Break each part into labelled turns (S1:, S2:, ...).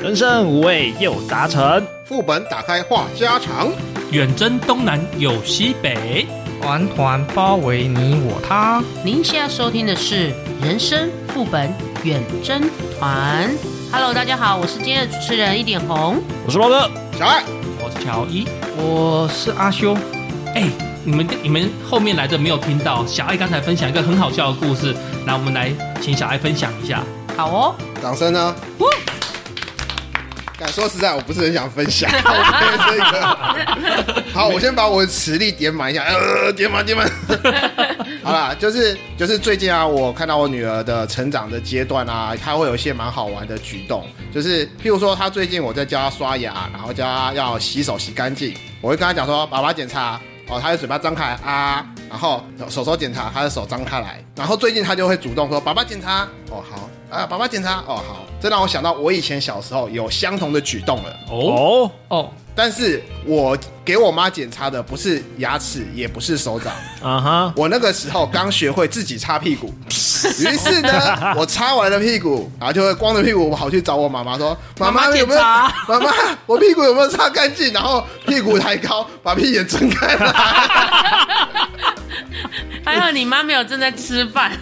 S1: 人生五味又达成。
S2: 副本打开话家常，
S3: 远征东南有西北，
S4: 团团包围你我他。
S5: 您现在收听的是《人生副本远征团》。Hello，大家好，我是今天的主持人一点红。
S1: 我是包哥，
S2: 小爱，
S3: 我是乔伊。
S4: 我是阿修，
S3: 哎、你们你们后面来的没有听到？小爱刚才分享一个很好笑的故事，来，我们来请小爱分享一下。
S5: 好哦，
S2: 掌声呢？敢说实在，我不是很想分享 我对这个。好，我先把我的实力点满一下，呃，点满点满。好啦，就是就是最近啊，我看到我女儿的成长的阶段啊，她会有一些蛮好玩的举动，就是譬如说，她最近我在教她刷牙，然后教她要洗手洗干净，我会跟她讲说，爸爸检查。哦，她的嘴巴张开啊，然后手手检查，她的手张开来，然后最近她就会主动说：“爸爸检查。”哦，好啊，爸爸检查。哦，好，这让我想到我以前小时候有相同的举动了。
S3: 哦，
S1: 哦，
S4: 哦，
S2: 但是我给我妈检查的不是牙齿，也不是手掌，
S1: 啊哈，
S2: 我那个时候刚学会自己擦屁股，于是 呢，我擦完了屁股，然后就会光着屁股跑去找我妈妈说：“妈
S3: 妈
S2: 有没有？
S3: 检查
S2: 妈妈，我屁股有没有擦干净？”然后屁股抬高，把屁眼撑开 来。
S5: 还好你妈没有正在吃 饭。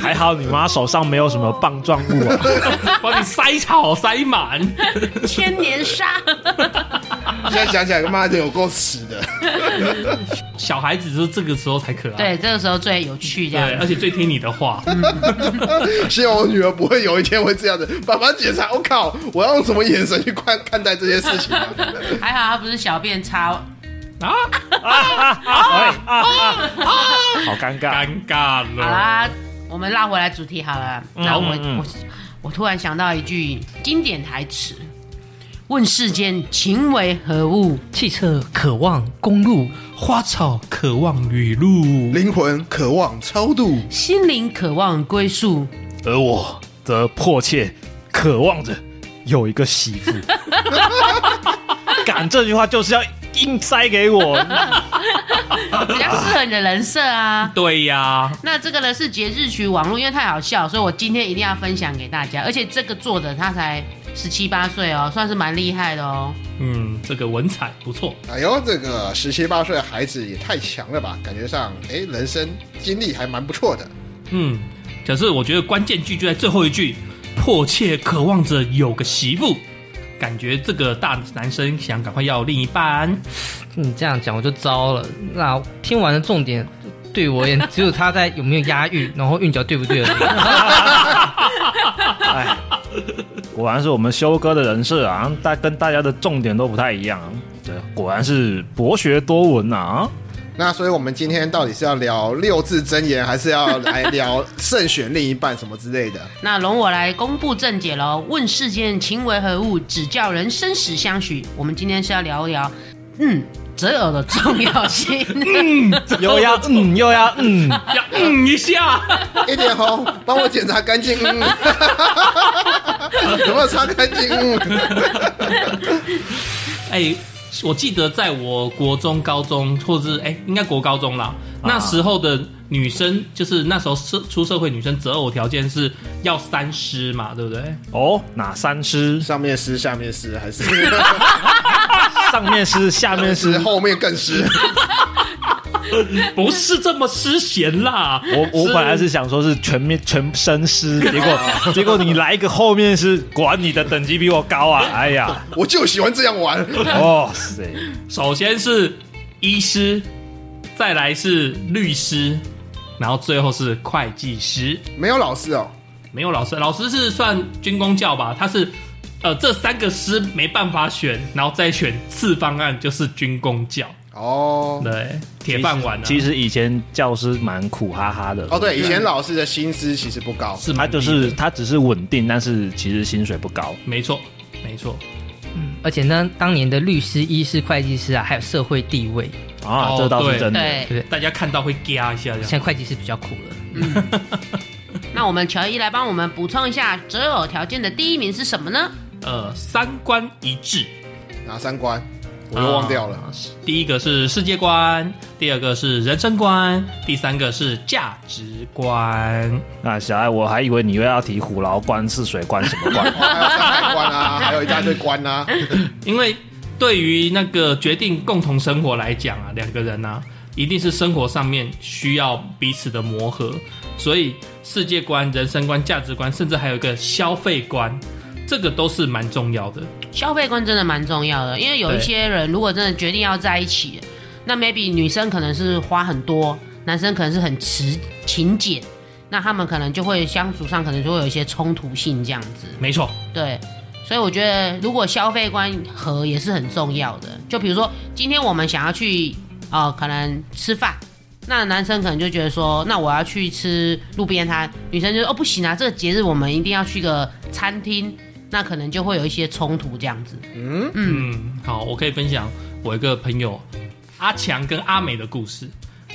S1: 还好你妈手上没有什么棒状物 啊。
S3: 哦把你塞草塞满。
S5: 千年杀，
S2: 现在想起来，妈的有够屎的。
S3: 小孩子就是这个时候才可爱，
S5: 对，这个时候最有趣，这
S3: 对，
S5: 样嗯
S3: 而且最听你的话。
S2: 希望我女儿不会有一天会这样的。爸爸检查，我、靠，我要用什么眼神去看看待这些事情、 啊？
S5: 还好他不是小便插，
S3: 啊，
S1: 啊啊啊！好尴尬。
S3: 尴尬
S5: 好
S3: 了。
S5: 啦，我们拉回来主题好了。然后我、
S1: 嗯嗯
S5: 我我突然想到一句经典台词：“问世间情为何物
S4: 汽车渴望公路，花草
S3: 渴望雨露，
S2: 灵魂渴望超度，？”
S5: 心灵渴望归宿。
S1: 而我则迫切渴望着有一个媳妇。 敢这句话就是要硬塞给我，
S5: 比较适合你的人设啊。
S3: 对呀、
S5: 那这个呢是节日曲网络，因为太好笑，所以我今天一定要分享给大家。而且这个作者他才十七八岁哦，算是蛮厉害的哦。
S3: 嗯，这个文采不错。
S2: 哎呦，这个十七八岁的孩子也太强了吧！感觉上，哎，人生经历还蛮不错的。
S3: 嗯，可是我觉得关键句就在最后一句，迫切渴望着有个媳妇，感觉这个大男生想赶快要另一半。
S4: 你嗯这样讲我就糟了。那听完的重点，对我而言只有他在有没有押韵，然后韵脚对不对而已。
S1: 哎，果然是我们修哥的人设啊，大跟大家的重点都不太一样、啊。对，果然是博学多闻 啊。
S2: 那所以，我们今天到底是要聊六字真言，还是要来聊慎选另一半什么之类的？
S5: 那容我来公布正解喽。问世间情为何物，只教人生死相许。我们今天是要聊一聊，嗯，择偶的重要性。
S1: 又要嗯，又要嗯，
S3: 要 嗯一下，
S2: 一点红，帮我检查干净， 嗯，有没有擦干净？嗯，
S3: 哎、我记得在我国中、高中，或者是哎、应该国高中啦，那时候的女生，就是那时候社出社会女生择偶条件是要三师嘛，对不对？
S1: 哦，哪三师？
S2: 上面湿，下面湿，还是
S1: 上面师，下面师
S2: 是。后面更湿？
S3: 不是这么失贤啦，
S1: 我我本来是想说是全面全身师，结
S3: 啊
S1: 果结果你来一个后面是，管你的等级比我高啊！哎 呀，
S2: 我就喜欢这样玩。
S1: 哇塞，
S3: 首先是医师，再来是律师，然后最后是会计师。
S2: 没有老师哦，
S3: 没有老师，老师是算军工教吧？他是呃这三个师没办法选，然后再选次方案就是军工教，
S2: 哦。
S3: 对，铁饭碗啊，
S1: 其实以前教师蛮苦哈哈的
S2: 哦，，对，以前老师的薪资其实不高，
S3: 是
S1: 他
S3: 蛮
S1: 就
S3: 厉
S1: 是
S3: 害的
S1: 他只是稳定，但是其实薪水不高。
S3: 没错没错，
S4: 而且呢，当年的律师、医师、会计师啊，还有社会地位，
S1: 啊
S3: 哦，
S1: 这倒是
S3: 对
S1: 真的。
S5: 对，
S4: 对不对？
S3: 大家看到会嘎一下这样。
S4: 现在会计师比较苦了。
S5: 那我们乔伊来帮我们补充一下择偶条件的第一名是什么呢？
S3: 呃，三观一致，
S2: 拿三关，我又忘掉了。，
S3: 啊第一个是世界观，第二个是人生观，第三个是价值观。
S1: 那小爱，我还以为你又要提虎牢关、泗水关什么 关
S2: 哦还有山海关啊，还有一大堆关 啊，
S3: 因为对于那个决定共同生活来讲啊，两个人啊，一定是生活上面需要彼此的磨合，所以世界观、人生观、价值观，甚至还有一个消费观，这个都是蛮重要的。
S5: 消费观真的蛮重要的，因为有一些人如果真的决定要在一起，那 maybe 女生可能是花很多，男生可能是很勤勤俭，那他们可能就会相处上可能就会有一些冲突性这样子。
S3: 没错，
S5: 对，所以我觉得如果消费观和也是很重要的。就比如说，今天我们想要去啊、呃可能吃饭，那男生可能就觉得说，那我要去吃路边摊，女生就说哦不行啊，这个节日我们一定要去个餐厅，那可能就会有一些冲突这样子。
S3: 嗯，好，我可以分享我一个朋友阿强跟阿美的故事，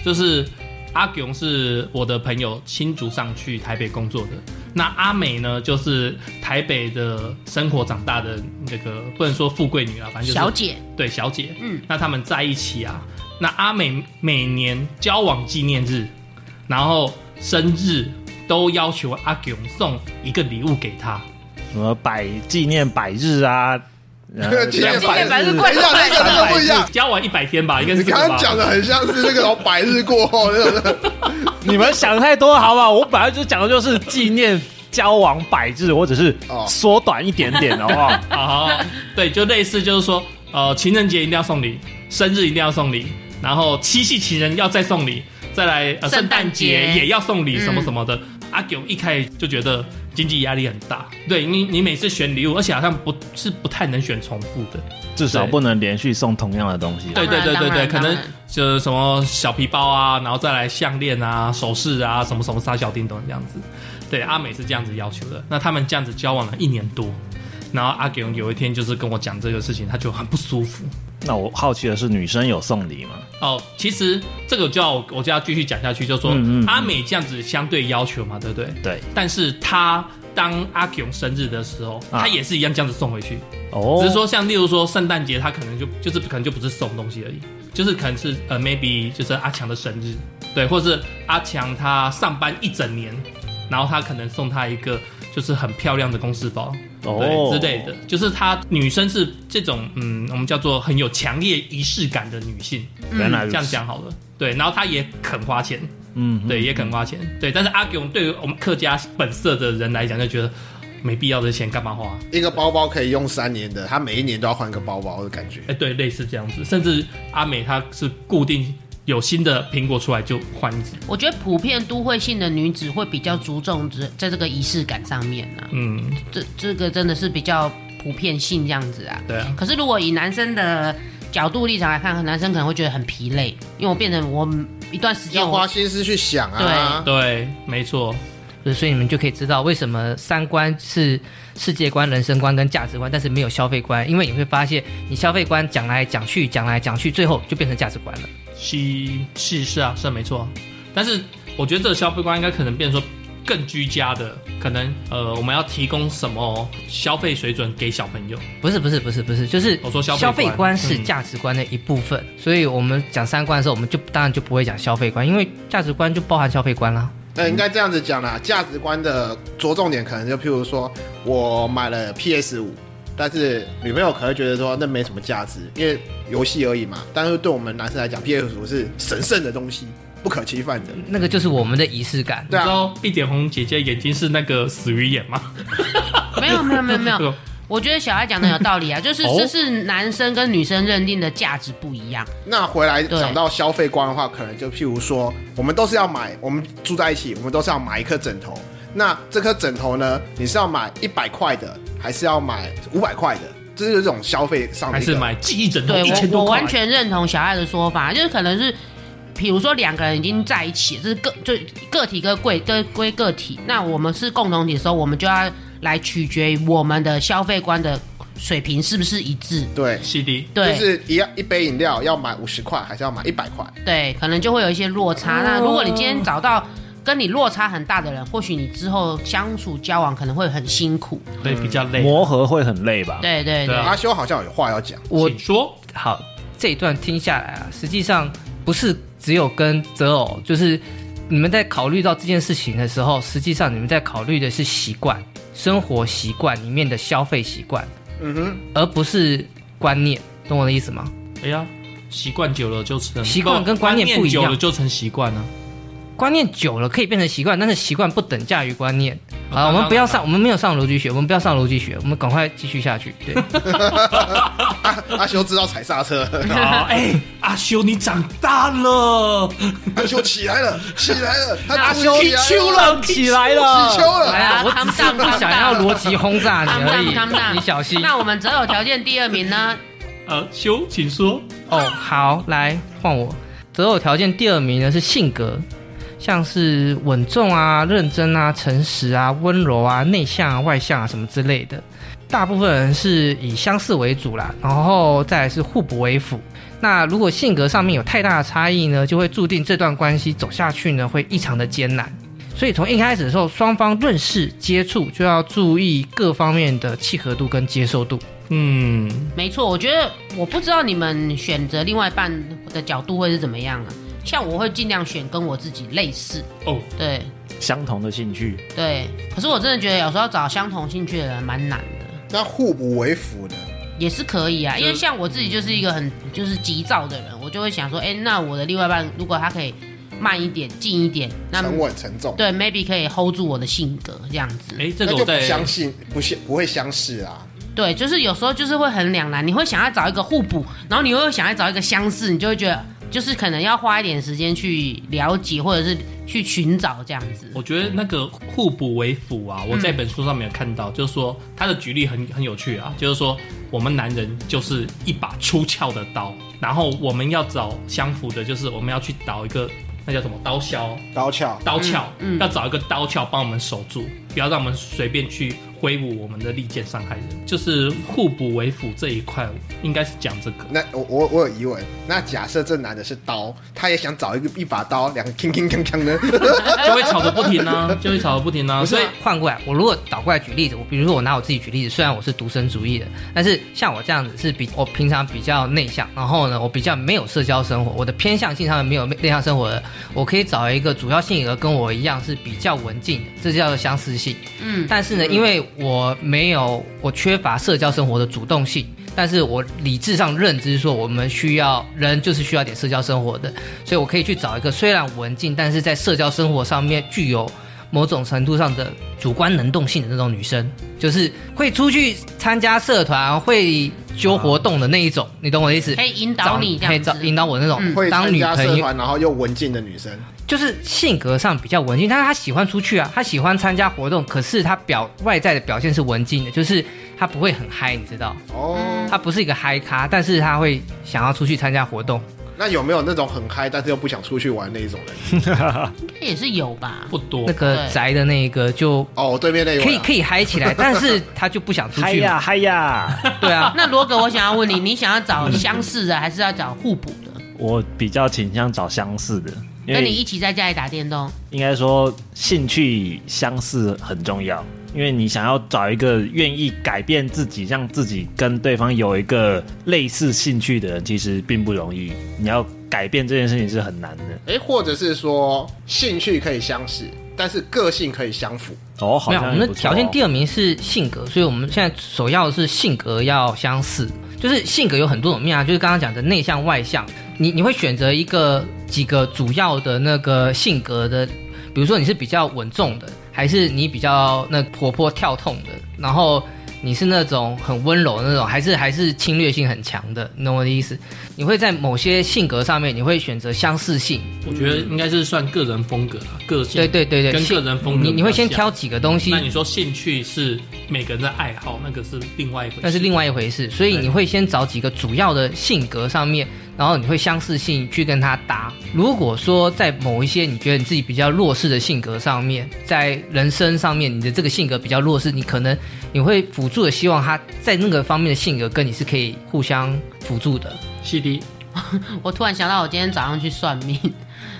S3: 就是阿勇是我的朋友，新竹上去台北工作的。那阿美呢，就是台北的生活长大的那个，不能说富贵女啊，反正就是
S5: 小姐，
S3: 对小姐，
S5: 嗯，
S3: 那他们在一起啊，那阿美每年交往纪念日，然后生日都要求阿勇送一个礼物给她。
S1: 什么百纪念百日 啊， 呃
S2: 纪念百日
S5: 百日
S2: 等一下，哎那个那个不一样。
S3: 交往一百天吧，应该
S2: 你
S3: 是这个
S2: 刚
S3: 吧
S2: 刚讲的很像是那个哦，百日过后 那种，
S1: 你们想太多好不好？我本来就讲的就是纪念交往百日，我只是
S2: 哦
S1: 缩短一点点，好不好？
S3: 啊，对，就类似就是说，呃，情人节一定要送礼，生日一定要送礼，然后七夕情人要再送礼，再来呃
S5: 圣
S3: 圣
S5: 诞
S3: 诞
S5: 节
S3: 节也要送礼，
S5: 嗯
S3: 什么什么的。阿九一开始就觉得经济压力很大，对你你每次选礼物，而且好像不是不太能选重复的，
S1: 至少
S3: 对
S1: 不能连续送同样的东西。
S3: 对对对对
S5: 当然
S3: 对，可
S5: 当然
S3: 能就是什么小皮包啊，然后再来项链啊、首饰啊，什么什么撒小叮咚这样子。对，阿美是这样子要求的。那他们这样子交往了一年多，然后阿给勇有一天就是跟我讲这个事情，他就很不舒服。
S1: 那我好奇的是，女生有送礼吗？
S3: 哦，其实这个就要我就要继续讲下去，就说、
S1: 嗯嗯嗯
S3: 阿美这样子相对要求嘛，对不对？
S1: 对，
S3: 但是她当阿勇生日的时候，
S1: 啊
S3: 她也是一样这样子送回去。
S1: 哦，
S3: 只是说像例如说圣诞节，他可能就就是可能就不是送东西而已，就是可能是呃 maybe 就是阿强的生日，对，或者是阿强他上班一整年，然后他可能送他一个就是很漂亮的公事包，对、
S1: 哦
S3: 之类的，就是她女生是这种嗯我们叫做很有强烈仪式感的女性，
S1: 原来
S3: 这
S1: 如
S3: 样
S1: 此，
S3: 讲好了。对，然后她也肯花钱，
S1: 嗯，
S3: 对，也肯花钱，对。但是阿勇对于我们客家本色的人来讲，就觉得没必要的钱干嘛花？
S2: 一个包包可以用三年的，他每一年都要换个包包的感觉。
S3: 哎、对，类似这样子，甚至阿美她是固定有新的苹果出来就换一只，
S5: 我觉得普遍都会性的女子会比较注重这在这个仪式感上面呢、
S3: 嗯，
S5: 这这个真的是比较普遍性这样子啊。
S3: 对啊，
S5: 可是如果以男生的角度立场来看，男生可能会觉得很疲累，因为我变成我一段时间
S2: 要花
S5: 我
S2: 心思去想啊，
S3: 对，没错，
S4: 对所以你们就可以知道为什么三观是世界观、人生观跟价值观，但是没有消费观，因为你会发现，你消费观讲来讲去、讲来讲去，最后就变成价值观了。
S3: 是是是啊，是没错。但是我觉得这个消费观应该可能变成说更居家的，可能呃，我们要提供什么消费水准给小朋友？
S4: 不是不是不是不是，就是
S3: 哦我说消费
S4: 消费
S3: 观
S4: 观是
S3: 嗯
S4: 价值观的一部分，所以我们讲三观的时候，我们就当然就不会讲消费观，因为价值观就包含消费观啦。
S2: 那应该这样子讲啦。价值观的着重点可能就譬如说，我买了 PS 五，但是女朋友可能会觉得说那没什么价值，因为游戏而已嘛。但是对我们男生来讲，PS 五是神圣的东西，不可侵犯的。
S4: 那个就是我们的仪式感。
S2: 对啊
S3: 你知道碧点红姐姐眼睛是那个死鱼眼吗？
S5: 没有没有没有 没有，
S3: 对
S5: 我觉得小爱讲的有道理啊，就是
S3: 哦
S5: 这是男生跟女生认定的价值不一样，
S2: 那回来
S5: 对
S2: 讲到消费观的话，可能就譬如说，我们都是要买，我们住在一起，我们都是要买一颗枕头。那这颗枕头呢，你是要买一百块的，还是要买五百块的？这是这种消费上的
S3: 还
S2: 一个
S3: 是买记忆枕头
S5: 对
S3: 一千
S5: 我我
S3: 多块？
S5: 完全认同小爱的说法，就是可能是。比如说两个人已经在一起，这是个就个体跟贵跟归个体，那我们是共同体的时候，我们就要来取决于我们的消费观的水平是不是一致。
S2: 对，
S3: CD
S5: 对，
S2: 就是一样一杯饮料要买五十块，还是要买一百块？
S5: 对，可能就会有一些落差。那如果你今天找到跟你落差很大的人，或许你之后相处交往可能会很辛苦。
S3: 对比较累。
S1: 磨合会很累吧？
S5: 对对
S3: 对
S5: 对
S3: 啊
S2: 阿修好像有话要讲，
S4: 我
S3: 请说
S4: 好，这一段听下来啊，实际上不是只有跟择偶，就是你们在考虑到这件事情的时候，实际上你们在考虑的是习惯、生活习惯里面的消费习惯，
S2: 嗯哼，
S4: 而不是观念，懂我的意思吗？
S3: 哎呀，习惯久了就成哦
S4: 习惯跟观
S3: 观
S4: 念不一样
S3: 久了就成习惯了。
S4: 观念久了可以变成习惯，但是习惯不等价于观念。
S5: 哦
S4: 好了，
S3: 当然
S4: 我们不要上，
S3: 当
S4: 我们没有上逻辑学，我们不要哎上逻辑学，我们赶快继续下去。对，
S2: 阿修知道踩刹 车，
S3: 好，哎，阿修你长大了，
S2: 阿修起来了，起来了，他
S5: 阿
S2: 终
S5: 修
S2: 于起来
S3: 秋了呃起来
S2: 起秋
S3: 了，
S2: 了，
S4: 来啊，我
S5: 他们
S4: 只是不想要逻辑轰炸你而
S5: Calm down, calm
S4: 已，
S5: down
S4: 你小心。
S5: 那我们择偶条件第二名呢？
S3: 呃，修，请说。
S4: 哦，好，来换我。择偶条件第二名呢是性格，像是稳重啊、认真啊、诚实啊、温柔啊、内向啊、外向啊什么之类的。大部分人是以相似为主啦，然后再来是互补为辅。那如果性格上面有太大的差异呢，就会注定这段关系走下去呢会异常的艰难。所以从一开始的时候，双方认识接触就要注意各方面的契合度跟接受度。
S3: 嗯，
S5: 没错，我觉得我不知道你们选择另外一半的角度会是怎么样啊。像我会尽量选跟我自己类似，
S3: 哦，
S5: 对
S1: 相同的兴趣，
S5: 对。可是我真的觉得有时候找相同兴趣的人蛮难的，
S2: 那互补为辅呢？
S5: 也是可以啊。
S3: 就
S5: 因为像我自己就是一个很就是急躁的人，我就会想说，哎、那我的另外一半如果他可以慢一点、近一点，那
S2: 沉稳沉重，
S5: 对 maybe 可以 hold 住我的性格这样子。
S3: 哎，这
S2: 那
S3: 个
S2: 就
S3: 我
S2: 不
S3: 在
S2: 相信，不信不会相似啊。
S5: 对，就是有时候就是会很两难，你会想要找一个互补，然后你又想要找一个相似，你就会觉得就是可能要花一点时间去了解或者是去寻找这样子。
S3: 我觉得那个互补为辅啊，我在本书上面有看到，就是说他的举例很很有趣啊，就是说我们男人就是一把出鞘的刀，然后我们要找相符的，就是我们要去找一个那叫什么刀鞘，
S2: 高翘，
S3: 刀鞘，
S5: 嗯嗯
S3: 要找一个刀鞘帮我们守住，不要让我们随便去挥舞我们的利剑伤害人，就是互补为辅这一块应该是讲这个。
S2: 那我我我有疑问，那假设这男的是刀，他也想找一个一把刀，两个铿铿锵锵的，
S3: 就会吵个不停啊，就会吵个不停啊，
S4: 所
S3: 所
S4: 以
S3: 以
S4: 换过来，我如果倒过来举例子，我比如说我拿我自己举例子，虽然我是独身主义的，但是像我这样子是比我平常比较内向，然后呢，我比较没有社交生活，我的偏向性上面没有内向生活的，我可以找一个主要性格跟我一样是比较文静的，这叫做相似性。
S5: 嗯，
S4: 但是呢，因为我没有我缺乏社交生活的主动性，但是我理智上认知说我们需要人就是需要点社交生活的，所以我可以去找一个虽然文静，但是在社交生活上面具有某种程度上的主观能动性的那种女生，就是会出去参加社团、啊会揪活动的那一种，你懂我的意思？
S5: 可以引导你这
S4: 找可以
S5: 样
S4: 找引
S5: 子。
S4: 导我那种、
S5: 嗯
S2: 会
S4: 当
S2: 参
S4: 女
S2: 加
S4: 朋
S2: 社
S4: 友，
S2: 团，然后又文静的女生，
S4: 就是性格上比较文静，但是她喜欢出去啊，她喜欢参加活动，可是她表外在的表现是文静的，就是她不会很嗨，你知道，
S2: 哦，
S4: 她不是一个嗨咖，但是她会想要出去参加活动。
S2: 那有没有那种很嗨，但是又不想出去玩那一种人？
S5: 应该也是有吧？
S3: 不多
S4: 那。个
S5: 对
S4: 宅的那个就
S2: 哦，对面那一位、啊，
S4: 可以可以嗨 起来，但是他就不想出
S1: 嗨
S4: 去嘛。
S1: 呀嗨呀！
S4: 对 啊，
S5: 那罗哥，我想要问你，你想要找相似的，还是要找互补的？
S1: 我比较倾向找相似的，因
S5: 跟你
S1: 为
S5: 一起在家里打电动，
S1: 应该说兴趣相似很重要，因为你想要找一个愿意改变自己，让自己跟对方有一个类似兴趣的人，其实并不容易。你要改变这件事情是很难的。
S2: 哎，或者是说兴趣可以相似，但是个性可以相符。
S1: 哦，好
S4: 没有，
S1: 像
S4: 我们的条件第
S1: 二，
S4: 二名是性格，所以我们现在首要的是性格要相似。就是性格有很多种面啊，就是刚刚讲的内向外向，你你会选择一个几个主要的那个性格的，比如说你是比较稳重的，还是你比较那活泼跳动的，然后你是那种很温柔的那种，还是还是侵略性很强的，你懂我的意思？你会在某些性格上面，你会选择相似性，
S3: 我觉得应该是算个人风格啦，个性。
S4: 对对对对，
S3: 跟
S4: 性
S3: 个人风格
S4: 你你会先
S3: 比较像
S4: 挑几个东西
S3: 那，你说兴趣是每个人的爱好，那个是另外一回事。
S4: 那是另外一回事。所以
S3: 对
S4: 你会先找几个主要的性格上面，然后你会相似性去跟他搭。如果说在某一些你觉得你自己比较弱势的性格上面，在人生上面你的这个性格比较弱势，你可能你会辅助的希望他在那个方面的性格跟你是可以互相辅助的。
S3: CD
S5: 我突然想到，我今天早上去算命，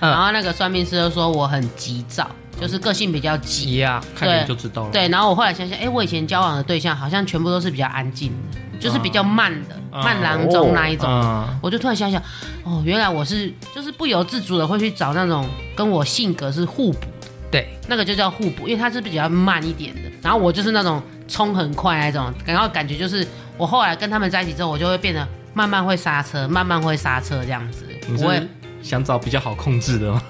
S4: 嗯
S5: 然后那个算命师就说我很急躁，就是个性比较急。
S4: 一样，
S3: 看脸就知道了。
S5: 对，然后我后来想想，哎，我以前交往的对象好像全部都是比较安静的，就是比较慢的，
S3: 啊
S5: 慢郎中那一种。
S3: 嗯，
S5: 我就突然想想，哦，原来我是就是不由自主的会去找那种跟我性格是互补的，
S4: 对，
S5: 那个就叫互补，因为它是比较慢一点的，然后我就是那种冲很快那种，然后感觉就是我后来跟他们在一起之后，我就会变得慢慢会刹车，慢慢会刹车这样子，
S3: 你
S5: 不会
S3: 是想找比较好控制的吗？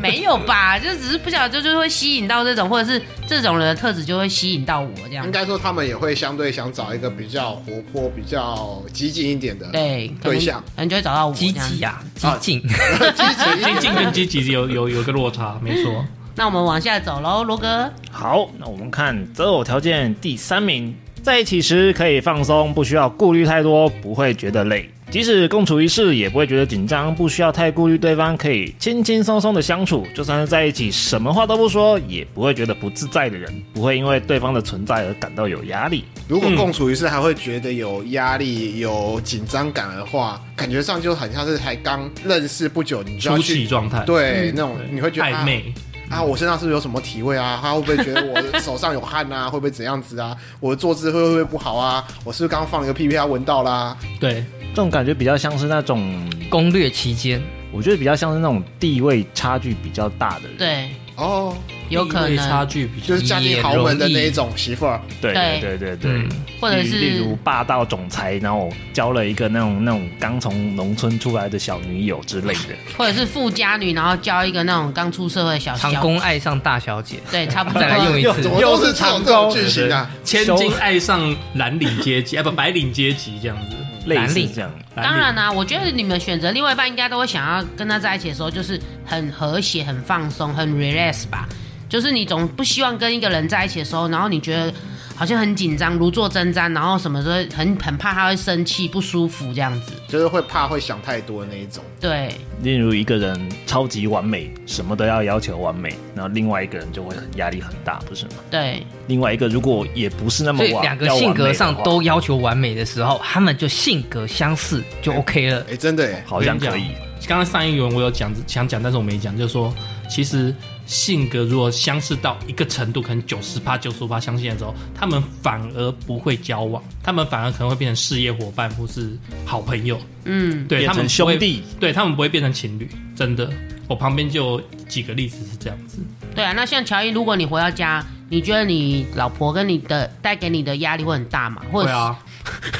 S5: 没有吧？就只是不晓得，就就会吸引到这种，或者是这种人的特质就会吸引到我这样
S2: 应。该说他们也会相对想找一个比较活泼、比较激进一点的，
S5: 对，可
S2: 嗯
S5: 能
S2: 对象
S5: 可能就会找到我这
S4: 激
S5: 样
S4: 进呀，激
S2: 啊
S4: 进。
S2: 激进一
S3: 激
S2: 点
S3: 进跟积极有有有个落差，没错。
S5: 那我们往下走喽，罗哥。
S1: 好，那我们看择偶条件第三名，在一起时可以放松，不需要顾虑太多，不会觉得累。即使共处一室，也不会觉得紧张，不需要太顾虑对方，可以轻轻松松的相处。就算是在一起，什么话都不说，也不会觉得不自在的人，不会因为对方的存在而感到有压力。
S2: 如果共处一室还会觉得有压力、有紧张感的话，感觉上就很像是才刚认识不久，你就要
S3: 初期
S2: 去
S3: 状态，
S2: 对
S5: 嗯
S2: 那种
S3: 对，
S2: 你会觉得
S3: 暧
S2: 啊
S3: 昧，
S2: 啊，我身上是不是有什么体味啊？他会不会觉得我 手上有汗啊？会不会怎样子啊？我的坐姿会不会不好啊？我是不是刚放了个屁屁，他闻到啦？
S3: 对，
S1: 这种感觉比较像是那种，
S4: 攻略期间，
S1: 我觉得比较像是那种地位差距比较大的人。
S5: 对，
S2: 哦，
S5: 有可
S3: 地位差
S5: 能，
S3: 距比较
S2: 就是家
S4: 也
S2: 境豪门的
S4: 容易
S2: 那一种媳妇儿，
S1: 对对
S5: 对
S1: 对对对。
S4: 嗯，
S5: 或者
S1: 例
S5: 是
S1: 例如霸道总裁，然后交了一个那种那种刚从农村出来的小女友之类的。
S5: 或者是富家女，然后交一个那种刚出社会的
S3: 啊
S5: 小
S4: 长
S5: 小，
S4: 工爱上大小姐，
S5: 对， 差不多。
S4: 再来用 一
S1: 又
S4: 次
S2: 怎。么都是这种这种剧情啊？
S3: 千金爱上蓝领阶级，啊不，白领阶级这样子。
S1: 类
S4: 蓝
S1: 似
S4: 领
S1: 这样。
S3: 蓝
S5: 当
S3: 领
S5: 然啦、我觉得你们选择另外一半，应该都会想要跟他在一起的时候，就是很和谐、很放松、很 relax 吧。就是你总不希望跟一个人在一起的时候，然后你觉得好像很紧张、如坐针毡，然后什么都会很很怕他会生气、不舒服这样子。
S2: 就是会怕会想太多的那一种。
S5: 对，
S1: 例如一个人超级完美，什么都要要求完美，然后另外一个人就会很压力很大，不是吗？
S5: 对，
S1: 另外一个如果也不是那么
S4: 所以
S1: 完，
S4: 两个
S1: 要完
S4: 性格
S1: 美的
S4: 上
S1: 话
S4: 都要求完美的时候，他们就性格相似就 OK 了。
S2: 哎，真的哎，
S1: 好像可以。
S3: 刚刚上一轮我有讲想讲，但是我没讲，就是说，其实性格如果相似到一个程度，可能九十八、九十五八相信的时候，他们反而不会交往，他们反而可能会变成事业伙伴或是好朋友，
S5: 嗯，
S3: 对
S1: 变
S3: 他
S1: 成
S3: 们不会
S1: 兄，弟，
S3: 对他们不会变成情侣，真的。我旁边就有几个例子是这样子，
S5: 对啊。那像乔伊，如果你回到家，你觉得你老婆跟你的带给你的压力会很大吗？或
S3: 对
S5: 者
S3: 啊，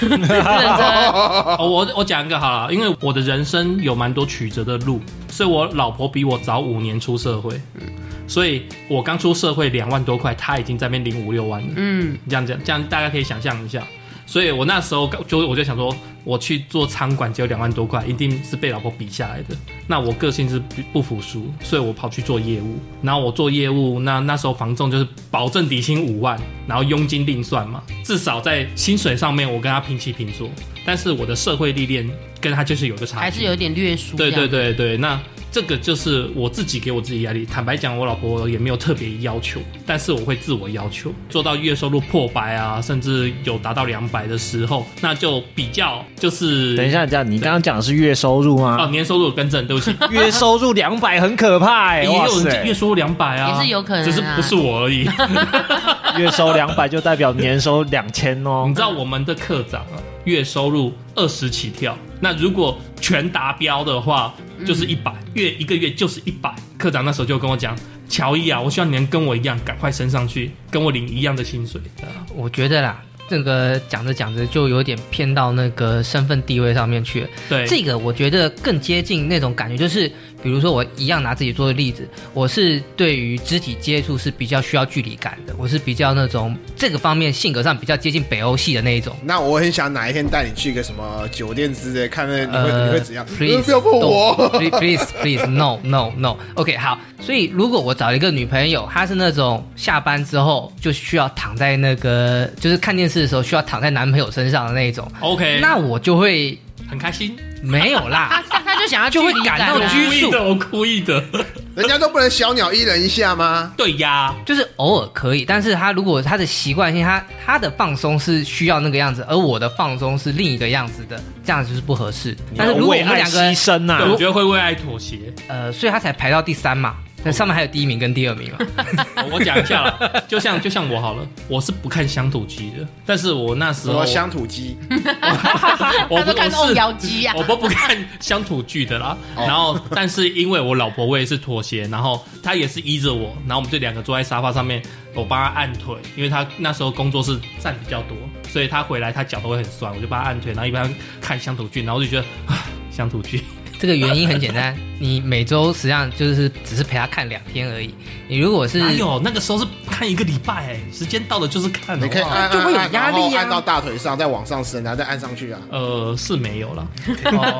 S5: 是认真
S3: 哦，我我讲一个好了，因为我的人生有蛮多曲折的路，所以我老婆比我早五年出社会，所以我刚出社会两万多块，她已经在那边领五六万了，
S5: 嗯，
S3: 这样这样这样大家可以想象一下。所以我那时候刚就我就想说，我去做仓管只有两万多块，一定是被老婆比下来的。那我个性是不不服输，所以我跑去做业务。然后我做业务，那那时候房仲就是保证底薪五万，然后佣金另算嘛，至少在薪水上面我跟他平起平坐。但是我的社会历练跟他就是有个差距，
S5: 还是有点略输。
S3: 对对，对对，那这个就是我自己给我自己压力。坦白讲，我老婆也没有特别要求，但是我会自我要求，做到月收入破百啊，甚至有达到两百的时候，那就比较就是
S1: 等一下，这样你刚刚讲的是月收入
S3: 哦，
S1: 吗？
S3: 年收入更正，对不起，
S1: 月收入两百很可怕 哎、
S3: 也
S1: 哇
S3: 有人月
S1: 塞，
S3: 收入两百啊，
S5: 也是有可能啊
S3: 只是不是我而已。
S1: 月收两百就代表年收两千哦
S3: 你。知道我们的课长啊，月收入二十起跳，那如果全达标的话，就是一百、月一个月就是一百。课长那时候就跟我讲，乔伊啊，我希望你能跟我一样，赶快升上去，跟我领一样的薪水。
S4: 我觉得啦，这个讲着讲着就有点偏到那个身份地位上面去了。
S3: 对，
S4: 这个我觉得更接近那种感觉，就是比如说我一样拿自己做的例子，我是对于肢体接触是比较需要距离感的，我是比较那种这个方面性格上比较接近北欧系的那一种。
S2: 那我很想哪一天带你去一个什么酒店之类，看那你会、
S4: 呃
S2: 你会怎样？
S4: ？Please
S2: 不要碰 我！
S4: don't-！Please please no no no。OK，好。所以如果我找一个女朋友，她是那种下班之后就需要躺在那个，就是看电视的时候需要躺在男朋友身上的那一种，
S1: 哎
S3: OK，
S4: 那我就会
S3: 很开心，
S4: 没有啦
S5: 啊 他。他就想要
S4: 就会
S5: 距离
S4: 感
S5: 感
S4: 到
S5: 啊
S4: 拘
S3: 故意的，我故意的。
S2: 人家都不能小鸟依人一下吗？
S3: 对 呀，
S4: 就是偶尔可以，但是她如果她的习惯性，她她的放松是需要那个样子，而我的放松是另一个样子的，这样就是不合适。但是如果
S1: 为
S4: 我们
S1: 爱
S4: 两个人
S1: 牺牲呐、啊
S3: 对，我觉得会为爱妥协。
S4: 呃，所以他才排到第三嘛。那上面还有第一名跟第二名嘛？
S3: 我我讲一下啦，就像就像我好了，我是不看乡土剧的，但是我那时
S2: 什
S3: 候
S2: 么乡土鸡，
S3: 我 不
S5: 他都看
S3: 我
S5: 欧
S3: 是
S5: 瑶姬啊哦
S3: 我，
S5: 呀
S3: 都不看乡土剧的啦。然后，但是因为我老婆我也是妥协，然后她也是依着我，然后我们就两个坐在沙发上面，我帮她按腿，因为她那时候工作是站比较多，所以她回来她脚都会很酸，我就帮她按腿，然后一般看乡土剧，然后我就觉得啊，乡土剧
S4: 这个原因很简单，你每周实际上就是只是陪他看两天而已。你如果
S5: 嗯
S4: 是
S3: 哪有那个时候是看一个礼拜、哎，时间到了就是看，哦
S2: 你可以
S3: 好不好
S2: 按
S4: 就会有
S2: 按按
S4: 压力啊
S2: 然后按到大腿上，再往上伸，然后再按上去啊。
S3: 呃，是没 有了，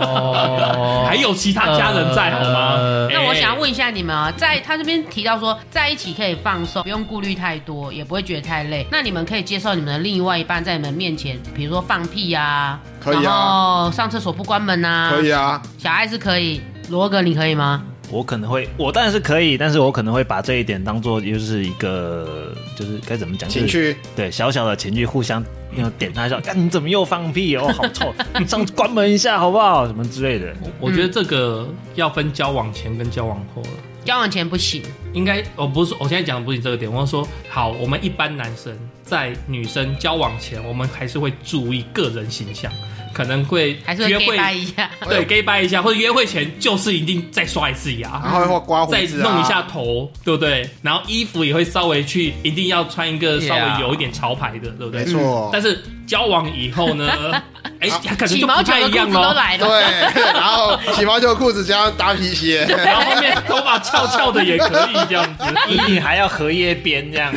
S4: 哦
S3: 还有其他家人在、
S4: 呃
S3: 好吗？
S5: 那我想要
S3: 哎
S5: 问一下你们啊，在他这边提到说在一起可以放松，不用顾虑太多，也不会觉得太累。那你们可以接受你们的另外一半在你们面前，比如说放屁啊，
S2: 可以啊
S5: 然后上厕所不关门啊，
S2: 可以啊，
S5: 小爱是可以，罗哥你可以吗？
S1: 我可能会，我当然是可以，但是我可能会把这一点当做就是一个，就是该怎么讲，
S2: 情
S1: 就是
S2: 趣
S1: 对小小的情绪互相那种点他一下，干你怎么又放屁哦，好 臭，你上去关门一下好不好？什么之类 的。
S3: 我觉得这个要分交往前跟交往后了。
S5: 交往前不行，
S3: 应该我不是说我现在讲的不是这个点，我是说好，我们一般男生在女生交往前，我们还是会注意个人形象，可能会
S5: 还是
S3: 约
S5: 会 gay
S3: 会
S5: 掰一下。
S3: 对 gay 掰一下，或者约会前就是一定再刷一次牙。
S2: 然后或刮胡
S3: 再
S2: 子啊，
S3: 弄一下头，对不对？然后衣服也会稍微去，一定要穿一个稍微
S4: Yeah
S3: 有一点潮牌的，对不对？
S2: 没错
S3: 但是交往以后呢， 哎，可能
S5: 起
S3: 就
S5: 毛
S3: 不
S5: 球
S3: 太
S5: 的
S3: 一
S5: 裤
S3: 样
S5: 子都
S3: 喽。
S5: 来了，
S2: 对， 然后洗毛球裤子加搭皮鞋，
S3: 然后后面头发翘翘的也可以这样子。
S1: 一定还要荷叶边这样，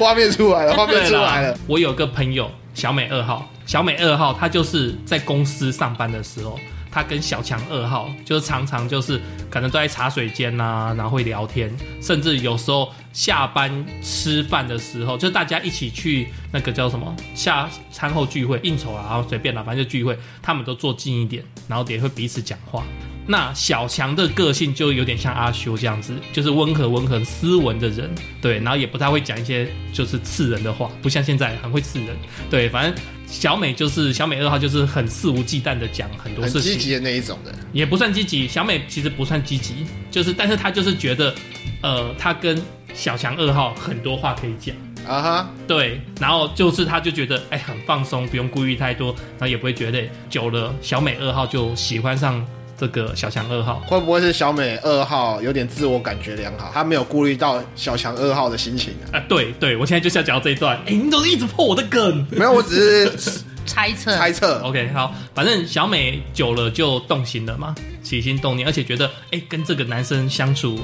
S2: 画面出来了，画面
S3: 对
S2: 出来
S3: 啦
S2: 了，，
S3: 我有个朋友小美二号，小美二号她就是在公司上班的时候，她跟小强二号就是常常就是可能都在茶水间呐、然后会聊天，甚至有时候下班吃饭的时候，就大家一起去那个叫什么下餐后聚会应酬啊，然后随便啦，反正就聚会，他们都坐近一点，然后也会彼此讲话。那小强的个性就有点像阿修这样子，就是温和温和斯文的人，对，然后也不太会讲一些就是刺人的话，不像现在很会刺人，对，反正小美就是小美二号就是很肆无忌惮的讲很多
S2: 很
S3: 事
S2: 积
S3: 情，
S2: 极的那一种的，
S3: 也不算积极，小美其实不算积极，就是但是她就是觉得，呃，她跟小强二号很多话可以讲。
S2: 啊哈，
S3: 对，然后就是他就觉得哎很放松，不用顾虑太多，然后也不会觉得累哎久了，小美二号就喜欢上这个小强二号。
S2: 会不会是小美二号有点自我感觉良好，她没有顾虑到小强二号的心情啊？
S3: 啊，对对，我现在就是要讲到这一段。哎，你怎么一直破我的梗
S2: 没有，我只是
S5: 猜测。
S2: 猜 测，
S3: ？OK，好，反正小美久了就动心了嘛，起心动念，而且觉得哎跟这个男生相处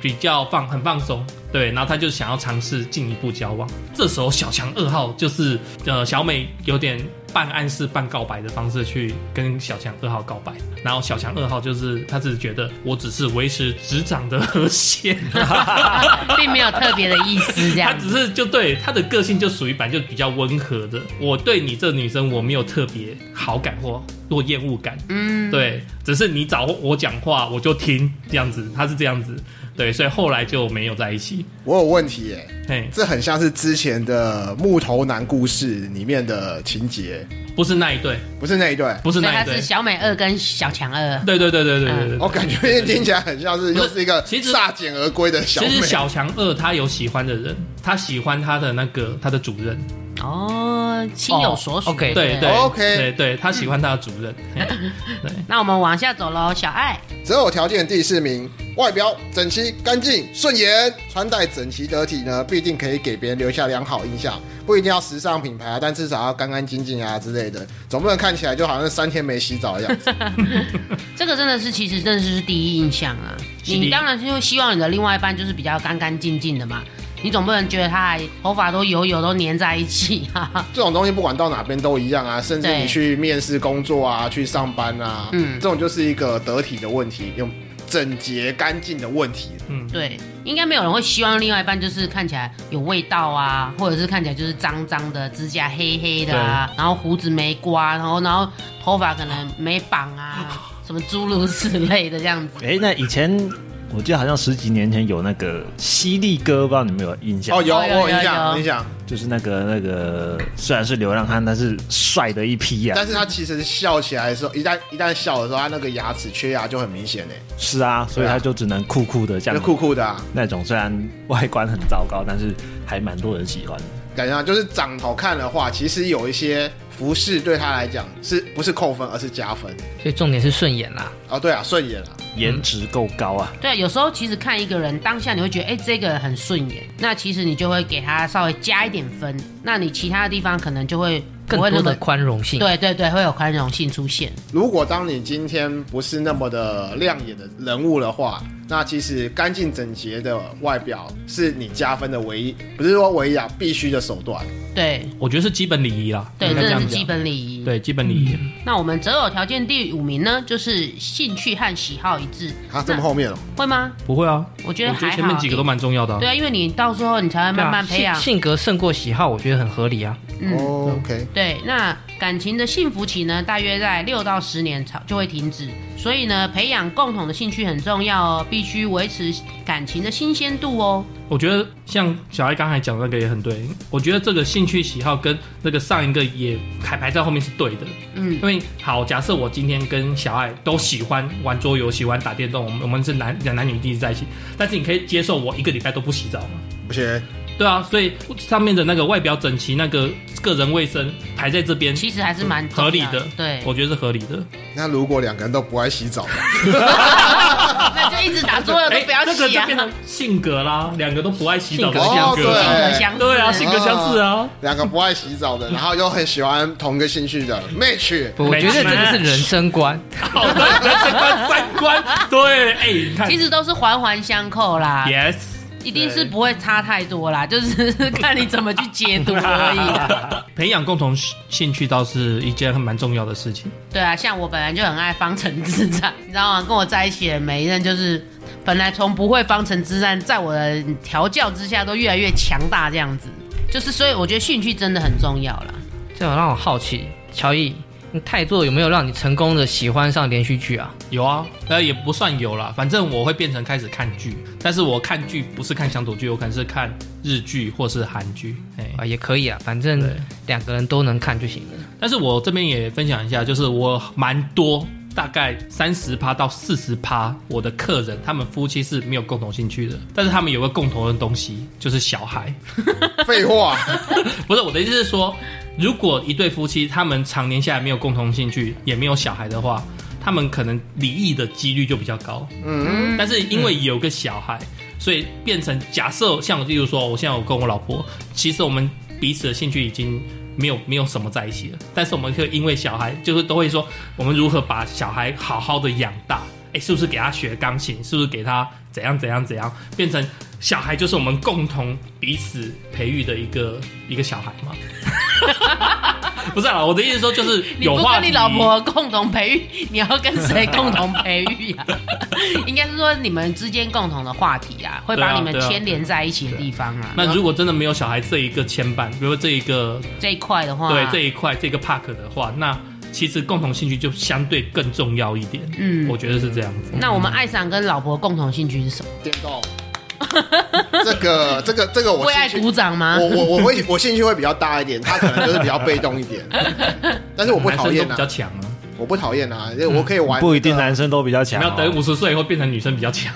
S3: 比较放很放松，对，然后她就想要尝试进一步交往。这时候小强二号就是呃小美有点半暗示半告白的方式去跟小强二号告白，然后小强二号就是他只是觉得我只是维持职场的 和谐，
S5: 并没有特别的意思，这
S3: 他
S5: 样
S3: 只是就对他的个性就属于本来就比较温和的，我对你这女生我没有特别好感或或厌恶感，
S5: 嗯，
S3: 对，只是你找我讲话我就听这样子，他是这样子，对，所以后来就没有在一起，
S2: 我有问题耶、
S3: 嘿，
S2: 这很像是之前的木头男故事里面的情节，
S3: 不是那一对，
S2: 不是那一对。
S3: 不是
S5: 所以
S3: 那
S5: 他
S3: 一对
S5: 是，小嗯美二跟小强二，
S3: 对对对对对对对
S2: 我哦感觉听起来很像是
S3: 不
S2: 又
S3: 是
S2: 是一个
S3: 其实
S2: 铩剪而归的小
S3: 其
S2: 美，
S3: 实小强二他有喜欢的人，他喜欢他的那个他的主任，
S5: 哦，亲有所属。
S4: 哦，OK
S3: 对对
S2: OK
S3: 对对，他喜欢他的主任，嘿
S5: 那我们往下走喽，小爱，
S2: 择偶条件第四名，外表整齐、干净、顺眼，穿戴整齐得体呢，必定可以给别人留下良好印象。不一定要时尚品牌啊，但至少要干干净净啊之类的，总不能看起来就好像三天没洗澡一样。
S5: 这个真的是其实真的是第一印象啊。
S3: 是第一
S5: 你当然就希望你的另外一半就是比较干干净净的嘛，你总不能觉得他还头发都油油都粘在一起啊。
S2: 这种东西不管到哪边都一样啊，甚至
S5: 对
S2: 你去面试工作啊，去上班啊，
S5: 嗯
S2: 这种就是一个得体的问题，用整洁干净的问题。
S3: 嗯，
S5: 对，应该没有人会希望另外一半就是看起来有味道啊，或者是看起来就是脏脏的，指甲黑黑的啊，然后胡子没刮，然后然后 头发可能没绑啊，什么诸如此类的这样子。
S1: 哎，那以前我记得好像十几年前有那个犀利哥，不知道你们有没有印象？
S2: 哦，有
S5: 哦有
S2: 我有印
S5: 有
S2: 象，
S5: 有
S2: 印象，
S1: 就是那个那个，虽然是流浪汉，但是帅的一批啊呀、
S2: 但是他其实笑起来的时候，一旦一旦笑的时候，他那个牙齿缺牙就很明显诶，
S1: 是啊，所以他就只能酷酷的这
S2: 就
S1: 样。
S2: 酷酷的、啊，
S1: 那种虽然外观很糟糕，但是还蛮多人喜欢的。
S2: 感觉上就是长好看的话，其实有一些服饰对他来讲是不是扣分，而是加分。
S4: 所以重点是顺眼啦。
S2: 哦，对啊，顺眼啊，
S1: 颜值够高啊！
S5: 对，有时候其实看一个人当下，你会觉得哎、这个人很顺眼，那其实你就会给他稍微加一点分，那你其他的地方可能就会
S4: 更
S5: 不会
S4: 多
S5: 那
S4: 的
S5: 么。
S4: 宽容性，，
S5: 对对对，会有宽容性出现。
S2: 如果当你今天不是那么的亮眼的人物的话，那其实干净整洁的外表是你加分的唯一，不是说唯一啊，必须的手段。
S5: 对
S3: 我觉得是基本礼仪啦，
S5: 对，
S3: 应该
S5: 这
S3: 这样
S5: 是
S3: 讲
S5: 基本嗯礼仪。
S3: 对基本礼仪。
S5: 那我们择偶条件第五名呢，就是兴趣和喜好一致，
S2: 啊，这么后面了，
S5: 会吗？
S3: 不会啊，
S5: 我觉
S3: 我
S5: 得
S3: 觉得
S5: 还好。
S3: 前面几个都蛮重要的啊
S5: 对。啊，因为你到时候你才会慢慢培
S4: 性
S5: 养。
S4: 啊性格胜过喜好，我觉得很合理啊。
S5: 嗯，
S2: 哦，OK，
S5: 对。那感情的幸福期呢，大约在六到十年才就会停止，所以呢，培养共同的兴趣很重要哦，必须维持感情的新鲜度哦。
S3: 我觉得像小爱刚才讲的那个也很对，我觉得这个兴趣喜好跟那个上一个也排排在后面是对的，
S5: 嗯
S3: 因为好，假设我今天跟小爱都喜欢玩桌游，喜欢打电动，我们我们是男两男女第一次在一起，但是你可以接受我一个礼拜都不洗澡吗？
S2: 不行，
S3: 对啊，所以上面的那个外表整齐，那个个人卫生排在这边，
S5: 其实还是蛮重
S3: 合
S5: 要
S3: 理的，
S5: 对，
S3: 我觉得是合理的。
S2: 那如果两个人都不爱洗澡，
S5: 那就一直打桌游都不要
S3: 哎那个
S5: 洗
S3: 就
S5: 啊，
S3: 变成性格啦，两个都不爱洗澡的
S4: 性格
S3: 性格
S2: 相
S3: 啊，
S2: 似
S5: 性
S3: 对啊，性格
S5: 格相哦似。
S3: 相似啊。
S2: 两个不爱洗澡的，然后又很喜欢同一个兴趣的 match，
S4: 不我觉得这个是人生观，
S3: 好 的，人生观、三观，对，哎、你看
S5: 其实都是环环相扣啦，
S3: ，yes，
S5: 一定是不会差太多啦，就是 看你怎么去解读而已 啦。
S3: 培养共同兴趣倒是一件很蛮重要的事情。
S5: 对啊，像我本来就很爱方程之战， 你知道吗？跟我在一起的每一任就是，本来从不会方程之战，在我的调教之下都越来越强大，这样子。就是所以我觉得兴趣真的很重要啦。
S4: 这种让我好奇，乔伊，你太做有没有让你成功的喜欢上连续剧啊？
S3: 有啊，呃，也不算有啦，反正我会变成开始看剧，但是我看剧不是看乡土剧，我可能是看日剧或是韩剧，哎、
S4: 啊，也可以啊，反正
S3: 对
S4: 两个人都能看就行了。
S3: 但是我这边也分享一下，就是我蛮多，大概三十趴到四十趴，我的客人他们夫妻是没有共同兴趣的，但是他们有个共同的东西，就是小孩。
S2: 废话，
S3: 不是我的意思是说，如果一对夫妻他们常年下来没有共同兴趣，也没有小孩的话，他们可能离异的几率就比较高。
S2: 嗯，
S3: 但是因为有个小孩，所以变成假设像我，例如说，我现在我跟我老婆，其实我们彼此的兴趣已经没有没有什么在一起了，但是我们会因为小孩，就是都会说我们如何把小孩好好的养大，哎，是不是给他学钢琴，是不是给他怎样怎样怎样，变成小孩就是我们共同彼此培育的一个一个小孩嘛。 不是啊，我的意思说就是
S5: 你
S3: 有
S5: 不
S3: 话
S5: 跟
S3: 题
S5: 你老婆共同培育，你要跟谁共同培育啊？ 应该是说你们之间共同的话题啊，会
S3: 对
S5: 把
S3: 啊
S5: 你们
S3: 对啊
S5: 牵连在一起的地方啊。
S3: 那如果真的没有小孩这一个牵绊，比如说这一个
S5: 这一块的话，
S3: 对这一块这个 park 的话，那其实共同兴趣就相对更重要一点。
S5: 嗯
S3: 我觉得是这样子。
S5: 那我们爱上跟老婆共同兴趣是什么？
S2: 电动，这个这个这个我
S5: 为爱啊
S2: 兴趣
S5: 鼓掌吗？
S2: 我我我会我兴趣会比较大一点，他可能就是比较被动一点，但是我不
S3: 男
S2: 讨
S3: 生都
S2: 厌
S3: 比较
S2: 啊，
S3: 强啊，
S2: 我不讨厌啊，因为我可以玩、
S1: 嗯不一定，啊男生都比较
S3: 你
S1: 强、
S3: 要等
S1: 哦。
S3: 五十岁以后变成女生比较强。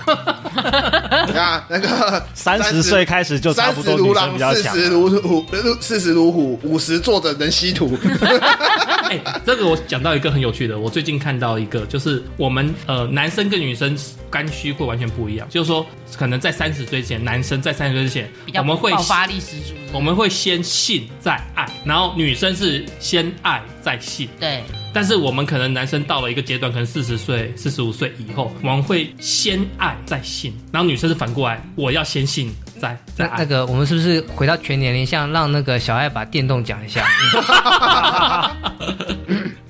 S2: 你看那个
S1: 三十岁开始就差
S2: 三
S1: 不
S2: 十
S1: 多女
S2: 如
S1: 生
S2: 狼
S1: 比较，
S2: 四
S1: 强
S2: 十
S1: 了。
S2: 如虎，四十如虎，五十坐着能吸土。
S3: 哎、这个我讲到一个很有趣的，我最近看到一个，就是我们呃男生跟女生肝虚会完全不一样，就是说可能在三十岁之前，男生在三十岁之前
S5: 比，较
S3: 我们会
S5: 爆发力十足的。
S3: 我们会先性再爱，然后女生是先爱再性。
S5: 对，
S3: 但是我们可能男生到了一个阶段，可能四十岁、四十五岁以后，我们会先爱再性，然后女生是反过来，我要先性再再
S4: 那那
S3: 爱。
S4: 个，我们是不是回到全年龄像让那个小爱把电动讲一下？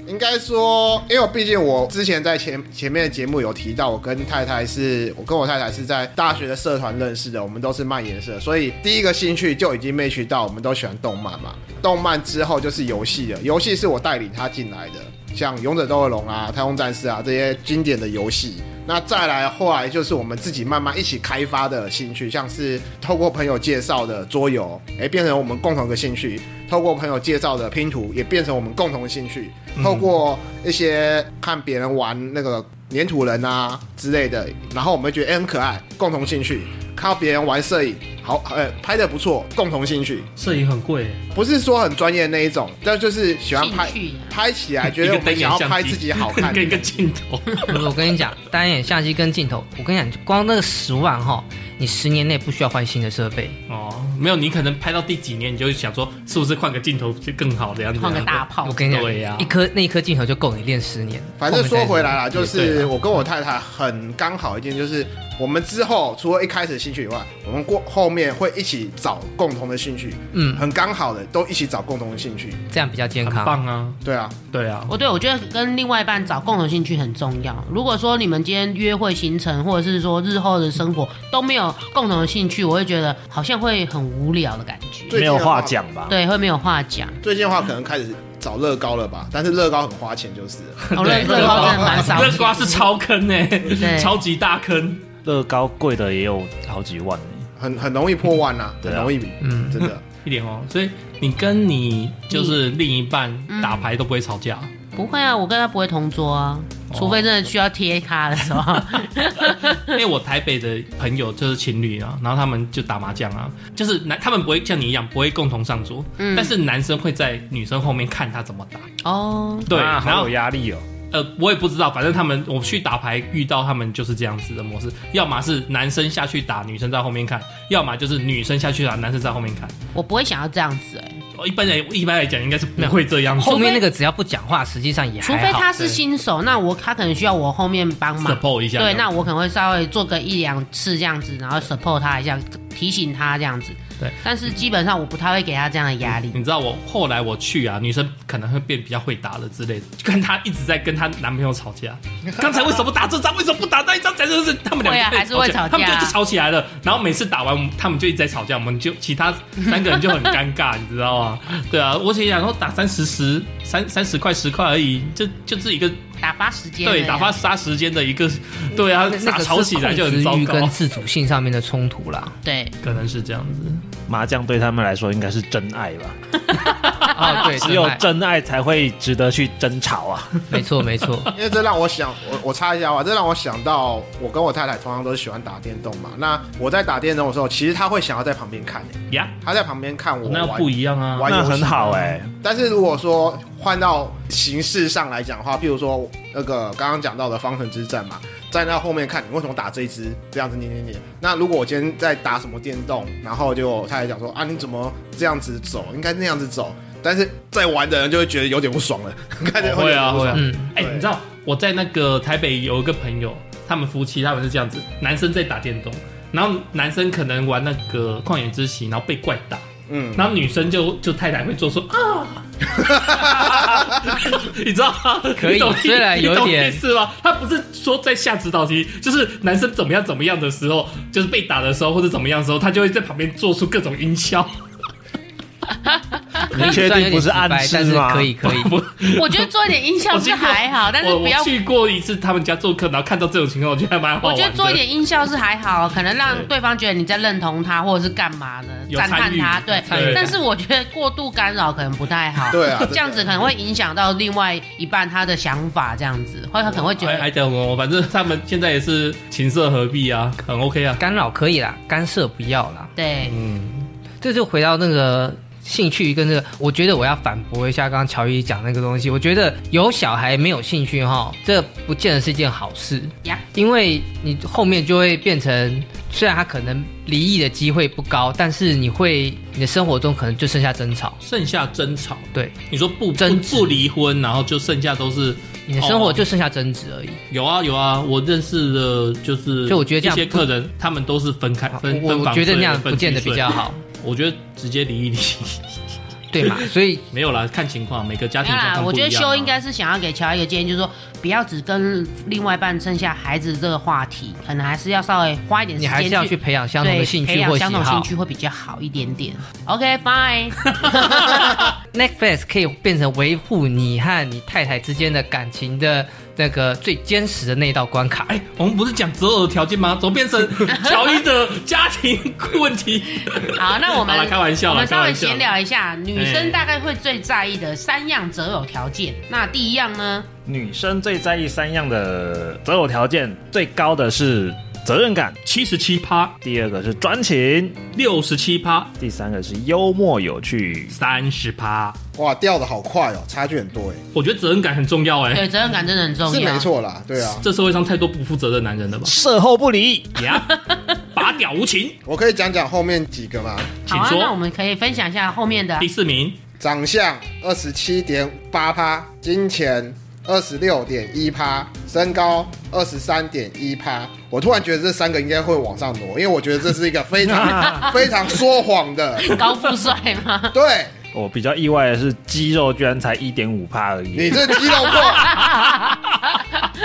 S2: 应该说，因为我毕竟我之前在前前面的节目有提到，我跟太太是，我跟我太太是在大学的社团认识的，我们都是漫研社，所以第一个兴趣就已经 match 到，我们都喜欢动漫嘛。动漫之后就是游戏了，游戏是我带领她进来的，像《勇者斗恶龙》啊、《太空战士啊》这些经典的游戏。那再来，后来就是我们自己慢慢一起开发的兴趣，像是透过朋友介绍的桌游，哎，变成我们共同的兴趣；透过朋友介绍的拼图，也变成我们共同的兴趣；透过一些看别人玩那个粘土人啊之类的，然后我们觉得哎很可爱，共同兴趣；看到别人玩摄影，好，呃，拍的不错，共同兴趣，
S3: 摄影很贵耶，
S2: 不是说很专业那一种，但就是喜欢拍
S5: 兴趣啊
S2: 拍起来，觉
S3: 一
S2: 得
S3: 个
S2: 我们
S3: 单
S2: 想
S3: 眼
S2: 要拍
S3: 相机，
S2: 自己好看
S3: 跟一个镜头，
S4: 嗯我跟你讲，单眼相机跟镜头，我跟你讲，光那个十万哈，你十年内不需要换新的设备。
S3: 哦，没有，你可能拍到第几年，你就想说是不是换个镜头就更好的样子，
S5: 换个大炮
S4: 我，跟你
S3: 哦对呀
S4: 讲，一颗那一颗镜头就够你练十年。
S2: 反正说回来啦，
S4: 了，
S2: 就
S3: 也对
S2: 是我跟我太太很刚好一件，就是我们之后除了一开始的兴趣以外，我们过后面会一起找共同的兴趣，
S4: 嗯，
S2: 很刚好的都一起找共同的兴趣。
S4: 这样比较健
S3: 很
S4: 康。
S3: 棒啊，
S2: 对啊，
S3: 对啊，
S5: 哦，对，我觉得跟另外一半找共同兴趣很重要。如果说你们今天约会行程，或者是说日后的生活都没有共同的兴趣，我会觉得好像会很无聊的感觉。
S1: 没
S2: 最近的
S1: 有
S2: 话
S1: 话讲吧？
S5: 对，会没有话讲。
S2: 最近的话可能开始找乐高了吧，但是乐高很花钱，就是了
S5: 哦，乐乐高真的蛮少见
S3: 乐
S5: 的，
S3: 瓜是超坑呢、
S5: 对
S3: 超级大坑。
S1: 乐高贵的也有好几万呢、
S2: 很很容易破万呐、
S1: 对
S2: 很
S1: 啊
S2: 容易，
S4: 嗯
S2: 真的。
S3: 一点哦，所以你跟你就是另一半
S5: 嗯
S3: 打牌都不会吵架，
S5: 不会啊，我跟他不会同桌啊，除非真的需要贴咖的时候。
S3: 因为我台北的朋友就是情侣啊，然后他们就打麻将啊，就是男他们不会像你一样不会共同上桌，
S5: 嗯
S3: 但是男生会在女生后面看他怎么打，
S5: 哦，
S3: 对，
S1: 啊
S3: 然
S1: 好
S3: 后
S1: 有压力哦。
S3: 呃我也不知道，反正他们我去打牌遇到他们就是这样子的模式，要么是男生下去打，女生在后面看，要么就是女生下去打，男生在后面看。
S5: 我不会想要这样子哎、
S3: 哦，一般人一般来讲应该是不会这样子
S4: 后面那个只要不讲话，实际上也
S5: 除
S4: 还
S5: 非
S4: 好
S5: 他是
S3: 对
S5: 新手，那我他可能需要我后面帮忙。
S3: ，support 一下这
S5: 对，
S3: 样子，
S5: 那我可能会稍微做个一两次这样子，然后 support 他一下，提醒他这样子。
S3: 对，嗯
S5: 但是基本上我不太会给他这样的压力。
S3: 你知道我后来我去啊，女生可能会变比较会打了之类的，就看她一直在跟她男朋友吵架。刚才为什么打这张？为什么不打那一张？才就是他们两
S5: 会啊
S3: 个
S5: 还是会吵架
S3: 他们就就吵起来了。然后每次打完，我们他们就一直在吵架，我们就其他三个人就很尴尬，你知道吗？对啊，我心想说打三十十三三十块十块而已，就就是一个
S5: 打发时间而已
S3: 对
S5: 啊，
S3: 打发杀时间的一个，对啊，
S4: 那
S3: 打
S4: 个
S3: 吵起来就很
S4: 是
S3: 糟
S4: 控制欲
S3: 糕
S4: 跟，自主性上面的冲突 啦。
S5: 对，
S3: 可能是这样子。
S1: 麻将对他们来说应该是真爱吧，
S4: 啊，对，
S1: 只有
S4: 真爱
S1: 真爱才会值得去争吵啊。
S4: 没错没错，
S2: 因为这让我想，我我插一下话，这让我想到，我跟我太太同样都是喜欢打电动嘛。那我在打电动的时候，其实她会想要在旁边看、欸，
S3: 呀、
S2: 她在旁边看我
S3: 那
S2: 玩
S3: 不一样啊，
S2: 玩
S1: 那
S2: 游戏嗯
S1: 很好哎、
S2: 但是如果说换到形式上来讲的话，譬如说那个刚刚讲到的方程之战嘛，站在后面看你为什么打这一只这样子念念念。那如果我今天在打什么电动，然后就他还讲说啊你怎么这样子走，应该那样子走，但是在玩的人就会觉得有点不爽了， 看着
S3: 会
S2: 有点
S3: 啊
S2: 不爽
S3: 会啊。
S4: 嗯，
S3: 哎、
S2: 对
S3: 你知道我在那个台北有一个朋友，他们夫妻他们是这样子，男生在打电动，然后男生可能玩那个旷野之息，然后被怪打，
S2: 嗯，
S3: 然后女生就就太太会做出啊， 你知道吗
S4: 可以
S3: 你懂
S4: 虽然有
S3: 你懂
S4: 点
S3: 意思吗？他不是说在下指导题，就是男生怎么样怎么样的时候，就是被打的时候或者怎么样的时候，他就会在旁边做出各种音效。
S1: 你确定不是暗示
S4: 虽然有点直白但
S1: 吗？
S4: 是可以可以，
S5: 我觉得做一点音效是还好，但是
S3: 我
S5: 不
S3: 我
S5: 要。
S3: 去过一次他们家做客，然后看到这种情况，我觉得还蛮好
S5: 我
S3: 玩的。
S5: 觉得做一点音效是还好，可能让
S3: 对
S5: 对方觉得你在认同他或者是干嘛的，
S3: 有
S5: 赞
S3: 参
S5: 叹
S3: 与
S5: 他。对，
S3: 参与
S5: 但是我觉得过度干扰可能不太好。
S2: 对啊，真的
S5: 这样子可能会影响到另外一半他的想法，这样子，或者他可能会觉
S3: 还还
S5: 得
S3: 等我，反正他们现在也是琴瑟和璧啊，很 OK 啊。
S4: 干扰可以啦，干涉不要啦。
S5: 对，
S3: 嗯，
S4: 这就回到那个兴趣跟这个，我觉得我要反驳一下刚刚乔伊讲那个东西。我觉得有小孩没有兴趣哈，这不见得是一件好事
S5: 呀
S4: 因为你后面就会变成，虽然他可能离异的机会不高，但是你会你的生活中可能就剩下争吵，
S3: 剩下争吵，
S4: 对，
S3: 你说不不
S4: 争执
S3: 不离婚，然后就剩下都是哦
S4: 你的生活就剩下争执而已。
S3: 有啊有啊，我认识的就是，
S4: 就我觉得这
S3: 一
S4: 样
S3: 些客人他们都是分开
S4: 好
S3: 分
S4: 我
S3: 分
S4: 我
S3: 房
S4: 觉得
S3: 睡
S4: 那样
S3: 分
S4: 不见得
S3: 居
S4: 比
S3: 睡
S4: 较好，
S3: 我觉得直接离 一离
S4: 对嘛？所以
S3: 没有啦，看情况，每个家
S5: 没
S3: 庭
S5: 有
S3: 状况
S5: 啦。我觉得
S3: 不一样啊
S5: 修应该是想要给乔一个建议，就是说不要只跟另外一半剩下孩子这个话题，可能还是要稍微花一点时
S4: 你
S5: 间
S4: 还是要去培养相同
S5: 对
S4: 的兴
S5: 培
S4: 趣
S5: 养
S4: 或喜
S5: 相同兴
S4: 好。
S5: 趣会比较好一点点。OK，bye、
S4: Netflix 可以变成维护你和你太太之间的感情的那个最坚实的那一道关卡。
S3: 哎，我们不是讲择偶条件吗？怎么变 成乔伊的家庭问题？
S5: 好，那我们
S3: 好啦开玩笑啦
S5: 我们稍
S3: 开
S5: 微
S3: 玩笑
S5: 闲聊一下，女
S3: 哎
S5: 生大概会最在意的三样择偶条件。那第一样呢？
S1: 女生最在意三样的择偶条件，最高的是责任感，
S3: 七十七趴，
S1: 第二个是专情，
S3: 六十七趴，
S1: 第三个是幽默有趣。
S3: 三十趴。
S2: 哇，掉的好快哦，差距很多
S3: 我觉得责任感很重要哎、
S5: 对，责任感真的很重
S2: 哎，
S5: 要。
S2: 是没。错啦，对啊，
S3: 这社会上太多不负责任的男 人了吧？
S1: 售后不理，
S3: 呀，拔屌无情，
S2: 我可以讲讲后面几个吗？
S3: 请
S5: 好啊，那我
S3: 说。
S5: 们可以分享一下后面的
S3: 第。四名，
S2: 长相二十七点八趴，金钱二十六点一趴，身高二十三点一趴。我突然觉得这三个应该会往上挪，因为我觉得这是一个非常非常说谎的。
S5: 高富帅 吗？
S2: 对
S1: 我比较意外的是，肌肉居然才一点五帕而
S2: 你
S1: 已。
S2: 这肌肉破，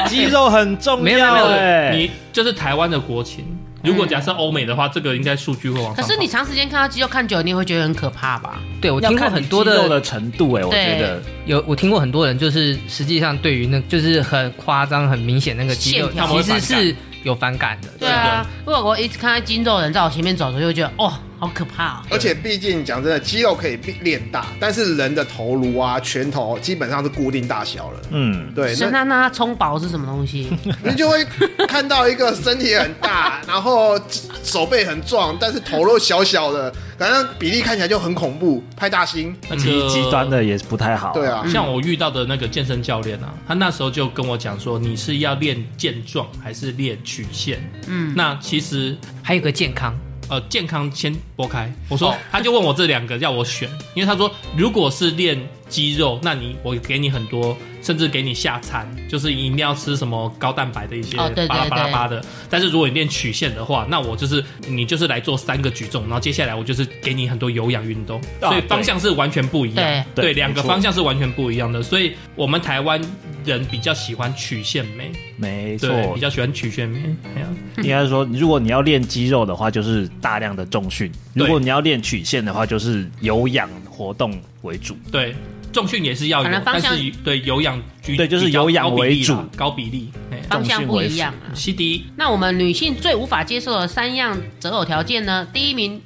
S1: 肌肉很重
S4: 没有没有
S1: 要
S4: 没有
S1: 哎、
S3: 你就是台湾的国情。如果假设欧美的话，这个应该数据会往上
S5: 可
S3: 跑。
S5: 是你长时间看到肌肉看久，了，你也会觉得很可怕吧？
S4: 对我
S1: 要
S4: 听过
S1: 看
S4: 很
S1: 你
S4: 多
S1: 肌
S4: 的
S1: 肉的程度哎、我觉得
S4: 有我听过很多人，就是实际上对于那就是很夸张、很明显那个肌肉，
S5: 线条
S4: 其实是有反感的。
S5: 对啊，如果我一直看到筋肉的人在我前面走的时候，就会觉得哦，好可怕哦。
S2: 而且毕竟讲真的，肌肉可以练大，但是人的头颅啊、拳头基本上是固定大小了。
S1: 嗯，
S2: 对，
S5: 是
S2: 那
S5: 那那他充饱是什么东西？
S2: 你就会看到一个身体很大，然后手背很壮，但是头肉小小的，反正比例看起来就很恐怖，派大星。
S3: 那
S1: 极
S3: 个
S1: 极端的也不太好。
S2: 对，啊，
S3: 像我遇到的那个健身教练啊，他那时候就跟我讲说，你是要练健壮还是练曲线？嗯，那其实
S4: 还有个健康，
S3: 呃，健康先拨开。我说，他就问我这两个要我选，因为他说，如果是练肌肉，那你我给你很多，甚至给你下餐，就是一定要吃什么高蛋白的一些巴
S5: 哦对对
S3: 拉巴拉巴的。但是如果你练曲线的话，那我就是你就是来做三个举重，然后接下来我就是给你很多有氧运动，
S1: 啊
S3: 所以方向是完全不一样。
S1: 对
S3: 对，两
S1: 没
S3: 个
S1: 错
S3: 方向是完全不一样的，所以我们台湾人比较喜欢曲线美，
S1: 没错，
S3: 对，比较喜欢曲线美。哎呀
S1: 应该说，如果你要练肌肉的话，就是大量的重训；
S3: 对
S1: 如果你要练曲线的话，就是有氧活动为主。
S3: 对，重训也是要
S5: 可
S3: 有
S5: 能，方
S3: 但
S5: 向
S3: 是对有氧居
S1: 对就是
S3: 比较
S1: 有氧
S3: 高比
S1: 为
S3: 例啦
S1: 主
S3: 高比例。哎
S5: 方向不一样啊。
S3: 西迪
S5: 那我们女性最无法接受的三样择偶条件呢？第一名，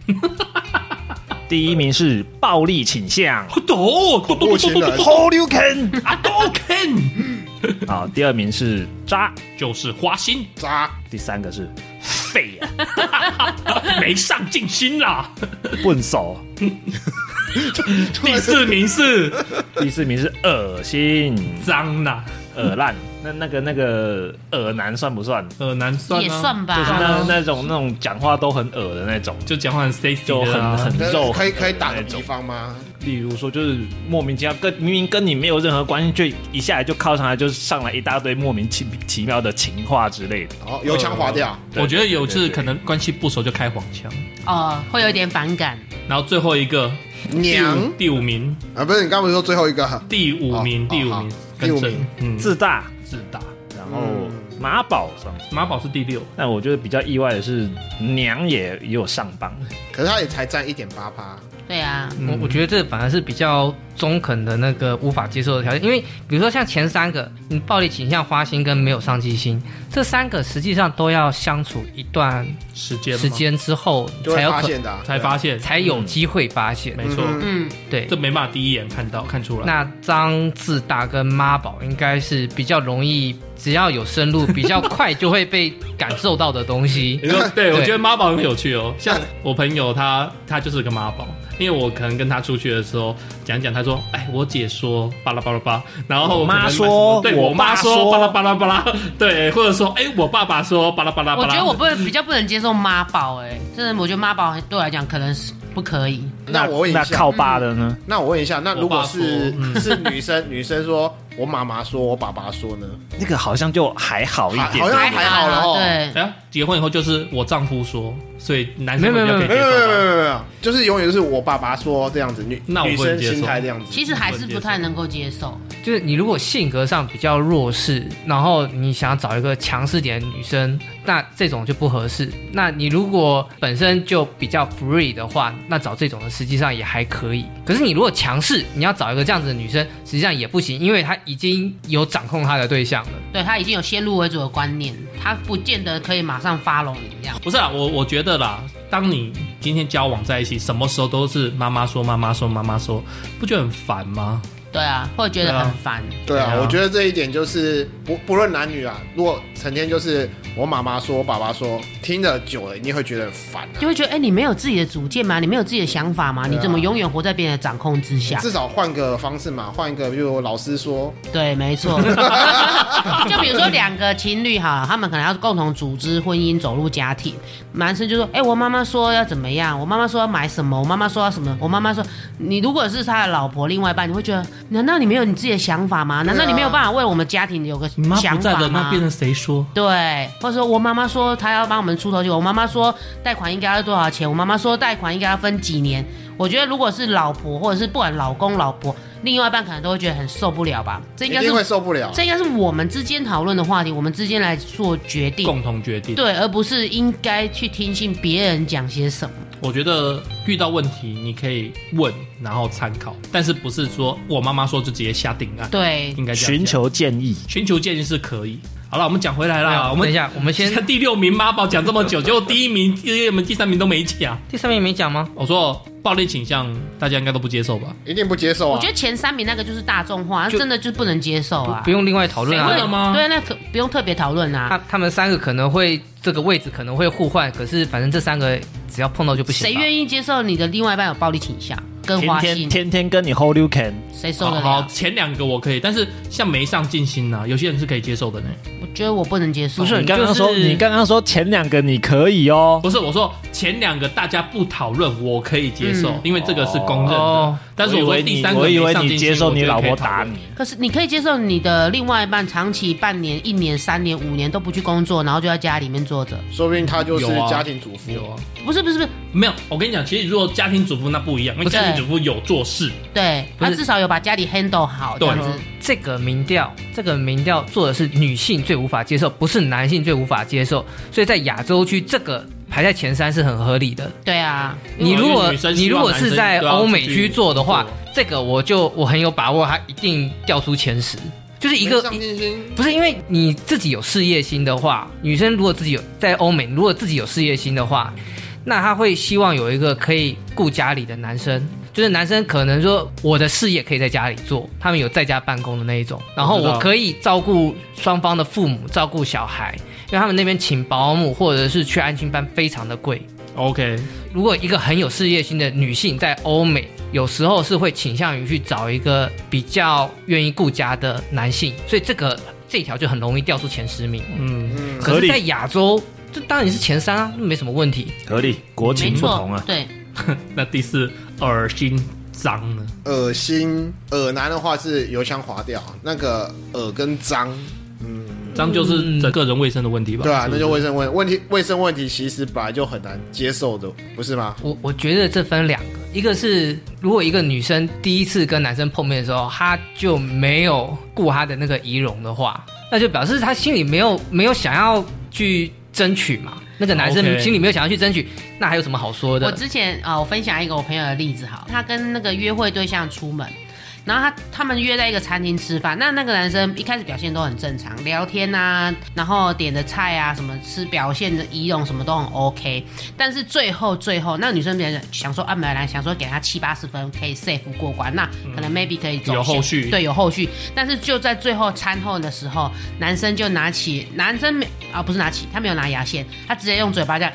S1: 第一名是暴力倾 向，
S3: 抖抖
S2: 怖情人
S1: Hold you can
S3: 啊抖 can，
S1: 好，第二名是渣，
S3: 就是花心，
S2: 渣
S3: 啊
S1: 第三个是废啊，
S3: 没上进心啦。
S1: 笨手，
S3: 第四名是
S1: 第四名是恶心、
S3: 脏啦，
S1: 恶烂。那那个那个恶男算不算？
S3: 呃，难算啊
S5: 也算吧
S1: 就是
S5: 啊
S1: 那那种那种讲话都很恶的那种，
S3: 就讲话很 sexy
S1: 就
S3: 的啦
S1: 很很肉。
S2: 可以
S1: 很
S2: 可以
S1: 恶
S2: 打
S1: 的
S2: 个
S1: 那种
S2: 比。方吗？
S1: 例如说，就是莫名其妙跟明明跟你没有任何关系，却一下来就靠上来，就上来一大堆莫名其其妙的情话之类的。
S2: 好，油腔滑调，
S1: 对
S3: 我觉得有
S1: 对
S3: 次
S1: 对
S3: 可能关系不熟就开黄腔，
S5: 呃，会有点反感。
S3: 然后最后一个第
S2: 娘
S3: 五第五名
S2: 啊，不是你刚不是说最后一个
S3: 第五名
S2: 哦
S3: 第五
S2: 好
S3: 名
S2: 第五
S3: 更正
S2: 名
S3: 嗯
S1: 自大，
S3: 自大，
S1: 然后马宝算吗。
S3: 马宝是第六，
S1: 但我觉得比较意外的是，娘也也有上榜，
S2: 可是他也才占一点八趴，
S5: 对啊，
S4: 我我觉得这反而是比较中肯的那个无法接受的条件，因为比如说像前三个，你暴力倾向、花心跟没有上进心，这三个实际上都要相处一段
S3: 时间吗
S4: 时间之后
S2: 就会
S4: 才有
S2: 发
S4: 可
S2: 现的啊，
S3: 才发 现，
S4: 才有机会发现。
S3: 没错，
S2: 嗯
S5: 嗯，
S4: 对，
S3: 这没办法第一眼看到看出来。
S4: 那张自大跟妈宝应该是比较容易，只要有深入，比较快就会被感受到的东 西。
S3: 你说对，
S4: 对
S3: 我觉得妈宝很有趣哦。像我朋友他，他就是个妈宝，因为我可能跟他出去的时候讲一讲，他说：“哎，我姐说巴拉巴拉巴。”然后
S1: 我妈
S3: 可能买
S1: 说
S3: 什么对
S1: 我
S3: 我妈
S1: 爸
S3: 说
S1: 说
S3: 巴拉巴拉巴拉，对，或者说哎，我爸爸说巴拉巴拉巴
S5: 我
S3: 拉。
S5: 觉得我不比较不能接受妈宝，哎，真的，我觉得妈宝对我来讲可能是不可以。
S2: 那我问一
S1: 那
S2: 下，
S1: 靠爸的呢？
S2: 那我问一下，那如果是
S3: 我爸说嗯
S2: 是女生，女生说我妈妈说，我爸爸说呢？
S1: 那个好像就还好一点，
S2: 好像还好了哦
S5: 对，
S3: 哎呀，结婚以后就是我丈夫说，所以男生
S4: 没有
S3: 比较可以
S4: 没
S2: 没
S3: 接
S2: 有没有没有
S3: 受吧。
S2: 没有没有，就是永远就是我爸爸说这样子，女
S3: 那我
S2: 女
S3: 不能
S2: 生
S3: 接受
S2: 心态这样子，
S5: 其实还是不太能够接受。
S2: 就
S4: 就是你如果性格上比较弱势，然后你想要找一个强势点的女生，那这种就不合适。那你如果本身就比较 free 的话，那找这种的实际上也还可以。可是你如果强势，你要找一个这样子的女生，实际上也不行，因为她已经有掌控她的对象了。
S5: 对他已经有先入为主的观念，他不见得可以马上 follow 你这样。
S3: 不是啊，我我觉得啦，当你今天交往在一起，什么时候都是妈妈说妈妈说妈妈说，不觉得很烦吗？
S5: 对啊，会
S3: 对
S5: 觉得
S3: 啊
S5: 很烦。
S2: 对啊
S3: 对，啊
S2: 我觉得这一点就是不不论男女啊，如果成天就是我妈妈说、我爸爸说，听着久了一定会觉得很烦啊
S5: 就。会觉得，哎、你没有自己的主见吗？你没有自己的想法吗？
S2: 对啊
S5: 你怎么永远活在别人的掌控之下？
S2: 至少换个方式嘛，换一个，比如老师说，
S5: 对，没 错。就比如说两个情侣哈，他们可能要共同组织婚姻，走入家庭。男生就说：“哎、我妈妈说要怎么样？我妈妈说要买什么？我妈妈说要什么？我妈妈说……你如果是他的老婆，另外一半，你会觉得，难道你没有你自己的想法吗？难道你没有办法为我们家庭有个
S3: 你妈
S5: 想
S3: 不在
S5: 法
S3: 的，那
S5: 吗？”
S3: 变成谁说？
S5: 对，或者说我妈妈说她要帮我们出头结果我妈妈说贷款应该要多少钱，我妈妈说贷款应该要分几年。我觉得如果是老婆或者是不管老公老婆，另外一半可能都会觉得很受不了吧。这
S2: 一
S5: 应该
S2: 定会
S5: 是
S2: 受不了。
S5: 这应该是我们之间讨论的话题，我们之间来做决定，
S3: 共同决定。
S5: 对，而不是应该去听信别人讲些什么。
S3: 我觉得遇到问题你可以问，然后参考，但是不是说我妈妈说就直接下定案？
S5: 对，
S3: 应该这样
S1: 寻求建议，
S3: 讲寻求建议是可以。好了，我们讲回来啦，我
S4: 等
S3: 们
S4: 一下，我们先
S3: 第六名妈宝讲这么久，结果第一名、第二名、第三名都没讲。
S4: 第三名没讲吗？
S3: 我说暴力倾向大家应该都不接受吧？
S2: 一定不接受
S5: 我
S2: 啊
S5: 觉！得前三名那个就是大众化，那
S4: 就
S5: 真的就是不能接受啊
S4: 不。用另外讨论
S3: 谁
S4: 啊
S3: 会。吗
S5: 对，那可不用特别讨论啊。
S4: 他他们三个可能会这个位置可能会互换，可是反正这三个只要碰到就不行吧。
S5: 谁愿意接受你的另外一半有暴力倾向跟
S1: 天
S5: 花
S1: 天
S5: 心？
S1: 天天跟你 hold you can，
S5: 谁受
S3: 好
S5: 得
S3: 好，
S5: 了？
S3: 前两个我可以，但是像没上进心呐、有些人是可以接受的呢。
S5: 我觉得我不能接受。
S4: 不是
S1: 你刚刚
S4: 就是
S1: 说你刚刚说前两个你可以哦，
S3: 不是，我说前两个大家不讨论，我可以接受，
S5: 嗯
S3: 因为这个是公认的。
S4: 哦
S3: 但是
S1: 我以
S3: 我
S1: 为
S3: 说第
S1: 你
S3: 三个
S1: 我以为
S3: 没上
S1: 你
S3: 进心
S1: 接受你老婆
S3: 我觉得可以讨
S1: 打
S3: 论
S1: 你，
S5: 可是你可以接受你的另外一半长期半年、一年、三年、五年都不去工作，然后就在家里面坐着？
S2: 说不定他就是
S3: 有啊
S2: 家庭主妇，
S3: 有啊，
S5: 不是不是不是，
S3: 没有，我跟你讲，其实如果家庭主妇那不一样，因为
S5: 不是
S3: 家庭主妇有做事，
S5: 对，
S4: 不是
S5: 他至少有把家里 handle 好这
S3: 对
S5: 样子。
S4: 这个民调，这个民调做的是女性最无法接受，不是男性最无法接受，所以在亚洲区这个排在前三是很合理的。
S5: 对啊，
S4: 你如
S3: 因为
S4: 果
S3: 女生
S4: 你
S3: 希
S4: 如
S3: 望
S4: 果
S3: 男生
S4: 是在
S3: 都要
S4: 欧美区
S3: 去
S4: 做的话
S3: 做，
S4: 这个我就我很有把握，它一定掉出前十，就是一
S2: 没
S4: 个
S2: 上进心。
S4: 不是因为你自己有事业心的话，女生如果自己有在欧美，如果自己有事业心的话，那她会希望有一个可以顾家里的男生。就是男生可能说我的事业可以在家里做，他们有在家办公的那一种，然后
S3: 我知道
S4: 我可以照顾双方的父母，照顾小孩，因为他们那边请保姆或者是去安亲班非常的贵。
S3: OK，
S4: 如果一个很有事业心的女性在欧美，有时候是会倾向于去找一个比较愿意顾家的男性，所以这个这一条就很容易掉出前十名。
S3: 嗯，
S2: 嗯，
S1: 合
S4: 可是，
S1: 理
S4: 在亚洲，这当然是前三啊，没什么问题。
S1: 合理，国
S5: 没
S1: 情不同
S5: 错
S1: 啊，，
S5: 对，
S3: 那第四恶心脏呢？
S2: 恶心，耳男的话是油腔滑调，那个耳跟脏，
S3: 脏
S1: 嗯
S3: 就是整个人卫生的问题吧？
S2: 对啊，
S3: 是
S2: 那
S3: 不是
S2: 就卫生问问题，卫生问题其实本来就很难接受的，不是吗？
S4: 我我觉得这分两个，一个是如果一个女生第一次跟男生碰面的时候，她就没有顾她的那个仪容的话，那就表示她心里没有没有想要去争取嘛。那个男生
S3: OK
S4: 心里没有想要去争取，那还有什么好说
S5: 我
S4: 的？
S5: 之前啊、我分享一个我朋友的例子哈，他跟那个约会对象出门，然后他他们约在一个餐厅吃饭，那那个男生一开始表现都很正常，聊天啊，然后点的菜啊，什么吃表现的仪容什么都很 OK，但是最后最后那个女生别人想说啊，本来想说给他七八十分可以 safe 过关，那可能 maybe 可以走
S3: 嗯有后
S5: 线
S3: 续
S5: 对有后续，但是就在最后餐后的时候，男生就拿起男生没啊不是拿起，他没有拿牙线，他直接用嘴巴这样，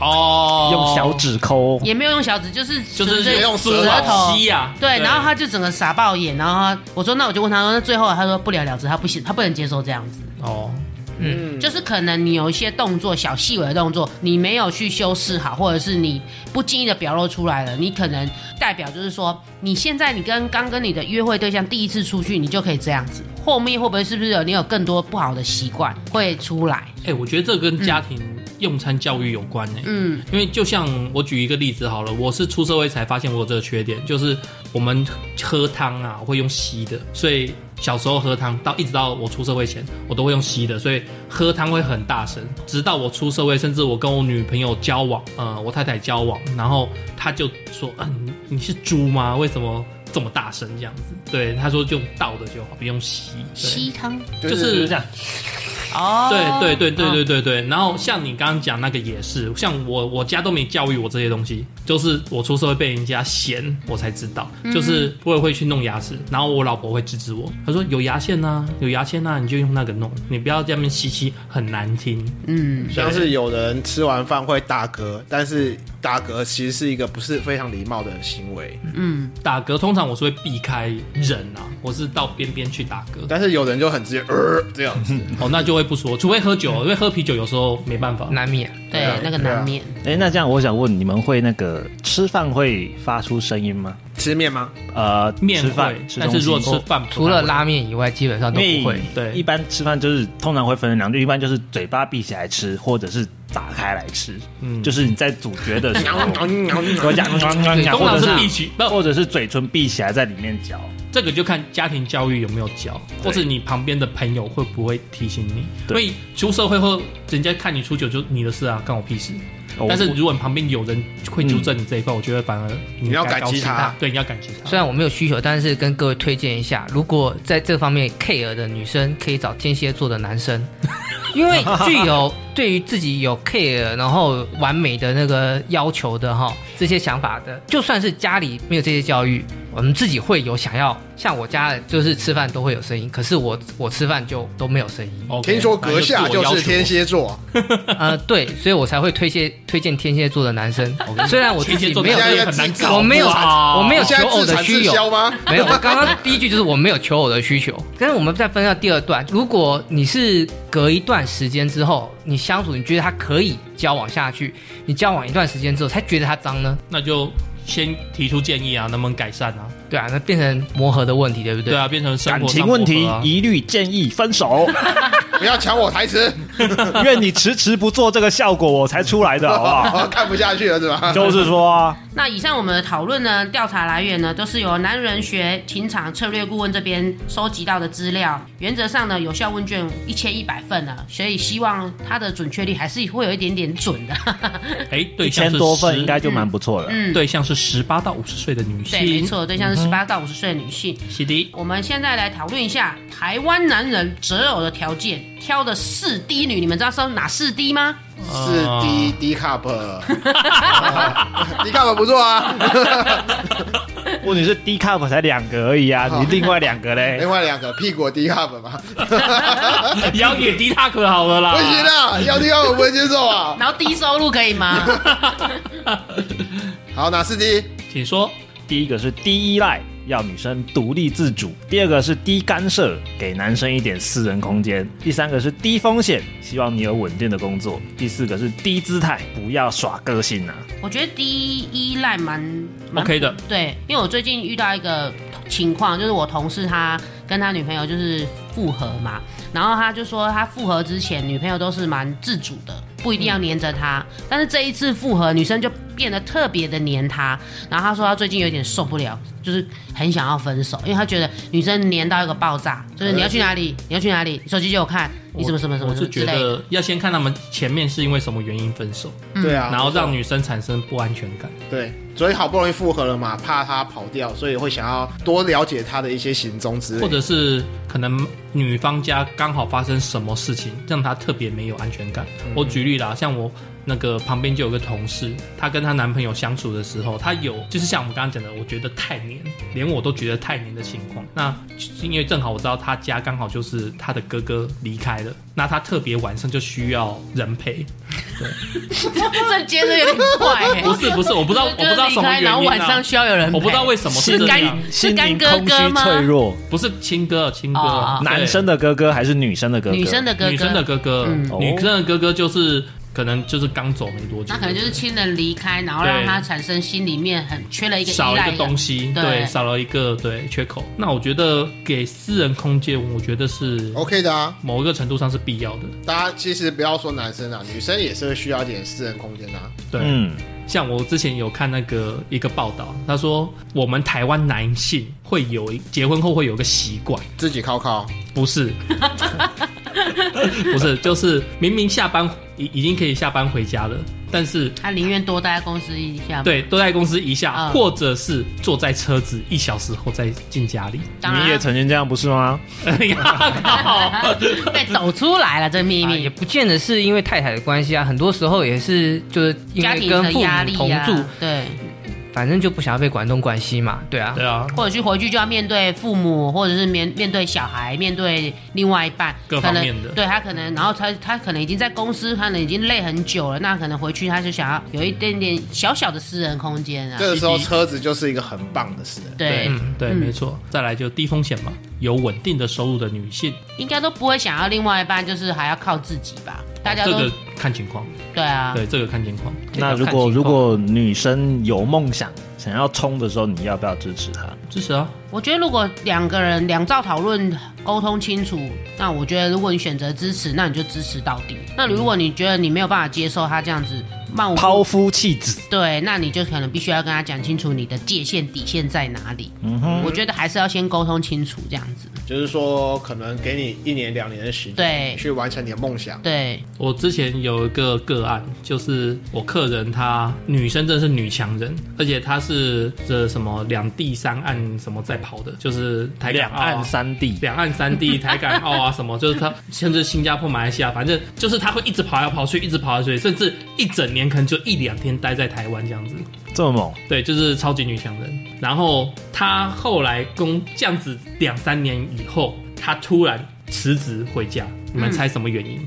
S3: 哦，
S1: 用小指抠，
S5: 也没有用小指，就是
S3: 就是
S5: 这
S2: 用
S5: 舌
S2: 舌
S5: 头
S3: 头吸
S1: 啊
S3: 呀。
S5: 对，然后他就整个傻爆眼，然后他我说那我就问他说，那最后他说不了了之，他不行，他不能接受这样子，
S3: 哦，
S2: 嗯，
S5: 就是可能你有一些动作小细微的动作，你没有去修饰好，或者是你不经意的表露出来了，你可能代表就是说你现在你跟刚跟你的约会对象第一次出去，你就可以这样子，后面会不会是不是有你有更多不好的习惯会出来？
S3: 哎、我觉得这
S1: 嗯
S3: 跟家庭用餐教育有关哎呢、
S5: 嗯
S3: 因为就像我举一个例子好了，我是出社会才发现我有这个缺点，就是我们喝汤啊我会用吸的，所以小时候喝汤到一直到我出社会前，我都会用吸的，所以喝汤会很大声。直到我出社会，甚至我跟我女朋友交往，呃，我太太交往，然后她就说：“嗯、你你是猪吗？为什么这么大声这样子？”对，她说就用倒的就好，不用吸。对
S5: 吸汤
S3: 就
S1: 就是
S3: 是
S1: 这样，
S5: 哦，
S3: 对对对对对对
S5: 哦，
S3: 对。然后像你刚刚讲那个也是，像我我家都没教育我这些东西，就是我出社会被人家嫌，我才知道。就是我也会去弄牙齿，然后我老婆会制止我，她说有牙线呐、有牙签呐、你就用那个弄，你不要在那边吸吸，很难听。
S5: 嗯，
S2: 像是有人吃完饭会打嗝，但是打嗝其实是一个不是非常礼貌的行为。
S4: 嗯
S3: 打嗝通常我是会避开人啊，我是到边边去打嗝，
S2: 但是有人就很直接，呃，这样 子。
S3: 哦，那就会不说，除非喝酒，因为喝啤酒有时候没办法。
S4: 难免。
S5: 对，啊那个难免。
S1: 哎，那这样我想问，你们会那个吃饭会发出声音吗？
S2: 吃面 吗？
S1: 呃，
S3: 面
S1: 吃
S3: 会
S1: 饭，，吃
S3: 但是如果
S1: 东
S3: 吃
S1: 西
S3: 饭不太
S4: 除了
S3: 会
S4: 拉面以外，基本上都
S1: 因
S4: 不
S1: 为
S4: 会。
S3: 对
S1: 一般吃饭就是通常会分成两句，一般就是嘴巴闭起来吃，或者是打开来吃。
S3: 嗯
S1: 就是你在咀嚼的时候，我
S2: 我
S1: 讲，
S3: 通
S1: 或者
S3: 常是
S1: 是
S3: 必须，不
S1: 或者是嘴唇闭起来在里面嚼。
S3: 这个就看家庭教育有没有教，
S1: 对
S3: 或者你旁边的朋友会不会提醒你。因
S1: 对
S3: 为出社会后，人家看你出糗就你的事啊，干我屁事。
S1: 哦
S3: 但是
S1: 我
S3: 如果你旁边有人会纠正你这一块，我觉得反而你
S2: 你要
S3: 该
S2: 感激
S3: 高兴
S2: 他
S3: 对，你要感激他。。
S4: 虽然我没有需求，但是跟各位推荐一下，如果在这方面 care 的女生，可以找天蝎座的男生，因为具有对于自己有 care，然后完美的那个要求的哈，这些想法的，就算是家里没有这些教育，我们自己会有想要，像我家人就是吃饭都会有声音，可是我我吃饭就都没有声音
S3: OK，
S2: 听说阁下就是天蝎座，啊
S4: 呃，对，所以我才会推荐推荐天蝎座的男生，虽然我自
S3: 天蝎
S4: 己
S3: 座
S4: 没有
S3: 真
S2: 天蝎。
S3: 的很难搞，
S4: 我没有，
S3: 哇
S4: 我没有
S2: 哦你现
S4: 求
S2: 在
S4: 偶
S2: 自
S4: 的
S2: 产
S4: 需
S2: 自
S4: 求，
S2: 销吗？
S4: 没有，我刚刚第一句就是我没有求偶的需求。但是我们再分到第二段，如果你是隔一段时间之后，你相处，你觉得他可以交往下去，你交往一段时间之后才觉得他脏呢？
S3: 那就先提出建议啊，能不能改善啊？
S4: 对啊，那变成磨合的问题，对不对？
S3: 对啊，变成生
S1: 感
S3: 活上
S1: 情问题
S3: 磨合啊
S1: 一律建议分手，
S2: 不要抢我台 词，
S1: 愿你迟迟不做这个效果，我才出来的，好不 好？
S4: 啊
S2: 看不下去了是 吧？
S1: 就是说啊，
S5: 那以上我们的讨论呢，调查来源呢，都是由男人学情场策略顾问这边收集到的资料。原则上呢，有效问卷一千一百份呢，所以希望它的准确率还是会有一点点准的。
S3: 哎，对
S1: 一
S3: 象
S1: 千
S3: 是
S1: 多份
S3: 10
S1: 应该就蛮不错了。
S5: 嗯，
S3: 对象是十八到五十岁的女性，
S5: 对，没，错，对象是十八到五十岁的女性。
S3: 是 的，
S5: 我们现在来讨论一下台湾男人择偶的条件，挑的四低女，你们知道是哪四低吗？
S2: 是
S4: 啊
S2: D D cup，D cup 不错 啊，
S1: 问题是 D cup 才两个而已啊，你另外两个嘞
S2: 另？外两个屁股 D cup 嘛，
S3: 要给低他可好了啦，
S2: 不行 啊，要 D cup 我不会接受啊。
S5: 然后低收入可以吗？
S2: 好，哪是 D？
S3: 请说。
S1: 第一个是低依赖，要女生独立自主；第二个是低干涉，给男生一点私人空间；第三个是低风险，希望你有稳定的工作；第四个是低姿态，不要耍个性啊。
S5: 我觉得第一依赖蛮蛮
S3: OK 的，
S5: 对，因为我最近遇到一个情况，就是我同事他跟他女朋友就是复合嘛，然后他就说他复合之前女朋友都是蛮自主的，不一定要黏着他，但是这一次复合，女生就变得特别的黏他，然后他说他最近有点受不了，就是很想要分手，因为他觉得女生黏到一个爆炸，就是你要去哪里，你要去哪里，你手机借我看，你什么什么什么
S3: 呃我
S5: 什么
S3: 是
S5: 之
S3: 觉
S5: 类的，
S3: 得要先看他们前面是因为什么原因分手，
S2: 对啊，
S3: 嗯然后让女生产生不安全感。
S2: 对，所以好不容易复合了嘛，怕他跑掉，所以会想要多了解他的一些行踪之类的。
S3: 或者是可能女方家刚好发生什么事情，让她特别没有安全感。我举例啦，像我那个旁边就有个同事，她跟她男朋友相处的时候，她有就是像我们刚刚讲的，我觉得太黏，连我都觉得太黏的情况。那因为正好我知道她家刚好就是她的哥哥离开了，那她特别晚上就需要人陪。
S5: 这接的有点快、欸，
S3: 不是不是，我不知道我不知道什么原因、啊、
S5: 然后晚上需要有人陪，
S3: 我不知道为什么是
S5: 是
S3: 这
S5: 干
S3: 样，
S5: 是
S1: 心
S5: 干
S1: 灵
S5: 哥
S1: 空
S5: 哥
S1: 虚
S5: 吗？
S1: 脆弱，
S3: 不是亲哥亲哥，
S5: 哦哦
S3: 对
S1: 男生的哥哥还是女生的哥哥？
S5: 女生的哥哥，
S3: 女生的哥哥，
S5: 嗯
S3: 女生的哥哥就是可能就是刚走没多久，
S5: 那可能就是亲人离开，然后让
S3: 对
S5: 他产生心里面很缺了一个依
S3: 少一
S5: 赖
S3: 个
S5: 感
S3: 东西，
S5: 对
S3: 对，少了一个对缺口。那我觉得给私人空间，我觉得是
S2: OK 的啊，
S3: 某一个程度上是必要的。
S2: 大家其实不要说男生啊，女生也是会需要一点私人空间啊。
S3: 对，
S1: 嗯，
S3: 像我之前有看那个一个报道，他说我们台湾男性会有一结婚后会有个习惯，
S2: 自己靠靠，
S3: 不是， 不是，就是明明下班已已经可以下班回家了，但是
S5: 他宁愿多待在公司一下。，
S3: 对都在公司一下，
S5: 嗯
S3: 或者是坐在车子一小时后再进家里。
S5: 当
S1: 你也
S5: 然啊
S1: 曾经这样不是吗？
S3: 哎呀靠
S5: 被抖出来了这秘
S3: 哎
S4: 啊，也
S5: 密。
S4: 不见得是因为太太的关系啊，很多时候也是就是因
S5: 家
S4: 为
S5: 庭
S4: 跟
S5: 的
S4: 父
S5: 压
S4: 母
S5: 力啊
S4: 同
S5: 呀、
S4: 住，
S5: 对，
S4: 反正就不想要被管东管西嘛，对啊，
S3: 对啊，
S5: 或者去回去就要面对父母，或者是面面对小孩，面对另外一半，
S3: 各
S5: 可能
S3: 方面的
S5: 对他可能，然后他他可能已经在公司，他可能已经累很久了，那可能回去他就想要有一点点小小的私人空间啊
S2: 这。个时候车子就是一个很棒的事。
S5: 对，
S3: 嗯，对，
S5: 嗯
S3: 没错。再来就低风险嘛，有稳定的收入的女性，
S5: 应该都不会想要另外一半，就是还要靠自己吧？大家
S3: 哦这
S5: 都、
S3: 个看情况，
S5: 对啊，
S3: 对，这个看情况。
S1: 那如
S4: 这个要
S1: 果
S4: 看情况
S1: 如果女生有梦想想要冲的时候，你要不要支持她？
S3: 支持啊，
S5: 我觉得如果两个人两造讨论沟通清楚，那我觉得如果你选择支持，那你就支持到底。那如果你觉得你没有办法接受他这样子漫无
S1: 抛夫弃子，
S5: 对，那你就可能必须要跟他讲清楚你的界限底线在哪里。
S1: 嗯哼，
S5: 我觉得还是要先沟通清楚这样子。
S2: 就是说，可能给你一年两年的时间，
S5: 对
S2: 去完成你的梦想。
S5: 对，
S3: 我之前有一个个案，就是我客人她女生真的是女强人，而且她是这什么两地三岸什么在跑的，就是台港
S1: 两
S3: 澳啊
S1: 岸三地，
S3: 两岸三地、台港澳啊什么， 就是她甚至新加坡、马来西亚，反正就是她会一直跑来跑去，一直跑来跑去，甚至一整年可能就一两天待在台湾这样子。
S1: 这么猛，
S3: 对，就是超级女强人。然后她后来工这样子两三年以后，她突然辞职回家，你们
S5: 嗯
S3: 猜什么原因？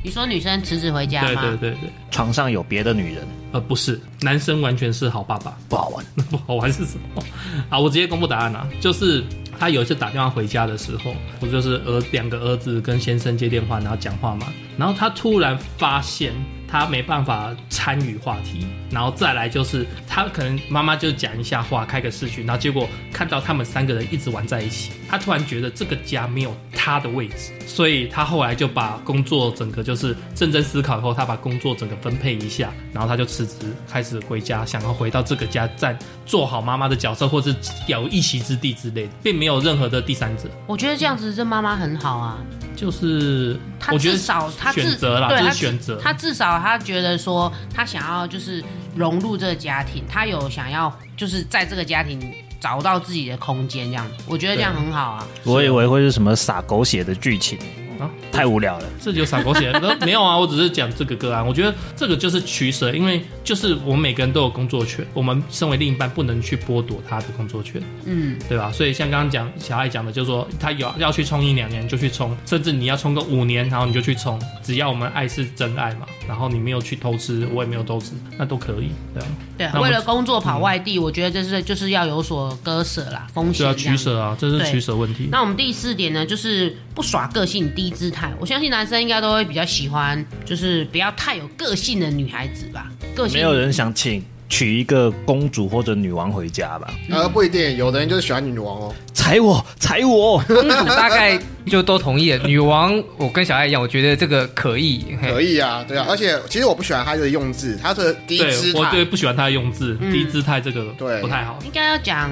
S5: 你说女生辞职回家
S3: 对
S5: 吗？
S3: 对对对。
S1: 床上有别的女人，
S3: 呃，不是，男生完全是好爸爸，
S1: 不好玩。
S3: 不好玩是什么？啊，我直接公布答案啊，就是他有一次打电话回家的时候，不就是儿两个儿子跟先生接电话，然后讲话嘛，然后他突然发现他没办法参与话题，然后再来就是他可能妈妈就讲一下话，开个视讯，然后结果看到他们三个人一直玩在一起，他突然觉得这个家没有他的位置，所以他后来就把工作整个就是认真思考以后，他把工作整个分配一下，然后他就辞职，开始回家，想要回到这个家站，做好妈妈的角色，或是有一席之地之类的，并没有任何的第三者，
S5: 我觉得这样子这妈妈很好啊。
S3: 就是
S5: 她
S3: 我觉
S5: 至
S3: 得
S5: 少她
S3: 选
S5: 至
S3: 择啦，
S5: 对
S3: 就
S5: 她
S3: 是选择，
S5: 她至少她觉得说她想要就是融入这个家庭，她有想要就是在这个家庭找到自己的空间这样。我觉得这样很好啊。
S1: 我以为会是什么撒狗血的剧情
S3: 啊
S1: 太无聊了。
S3: 这就傻狗血了。没有啊，我只是讲这个个案，我觉得这个就是取舍，因为就是我们每个人都有工作权，我们身为另一半不能去剥夺他的工作权，
S5: 嗯，
S3: 对吧？所以像刚刚讲小爱讲的，就是说他有要去冲一两年就去冲，甚至你要冲个五年，然后你就去冲，只要我们爱是真爱嘛，然后你没有去偷吃，我也没有偷吃，那都可以，对吧？
S5: 对啊，
S3: 那我
S5: 为
S3: 们嗯
S5: 了工作跑外地，我觉得这是就是要有所割舍啦，风
S3: 就
S5: 险
S3: 要
S5: 这
S3: 取
S5: 样
S3: 舍啊，这是取舍问题。
S5: 那我们第四点呢，就是不耍个性、低姿态。我相信男生应该都会比较喜欢，就是不要太有个性的女孩子吧。个性
S1: 没有人想请娶一个公主或者女王回家吧？
S3: 嗯
S2: 呃，不一定，有的人就是喜欢女王哦。
S1: 踩我，踩我！
S4: 公主大概就都同意了。女王，我跟小爱一样，我觉得这个可以。嘿
S2: 可以啊，对啊，而且其实我不喜欢他的用字，他的低
S3: 对
S2: 姿，
S3: 我对
S2: 态，
S3: 不喜欢他的用字，
S5: 嗯
S3: 低姿态这个
S2: 对
S3: 不太好。
S5: 应该要讲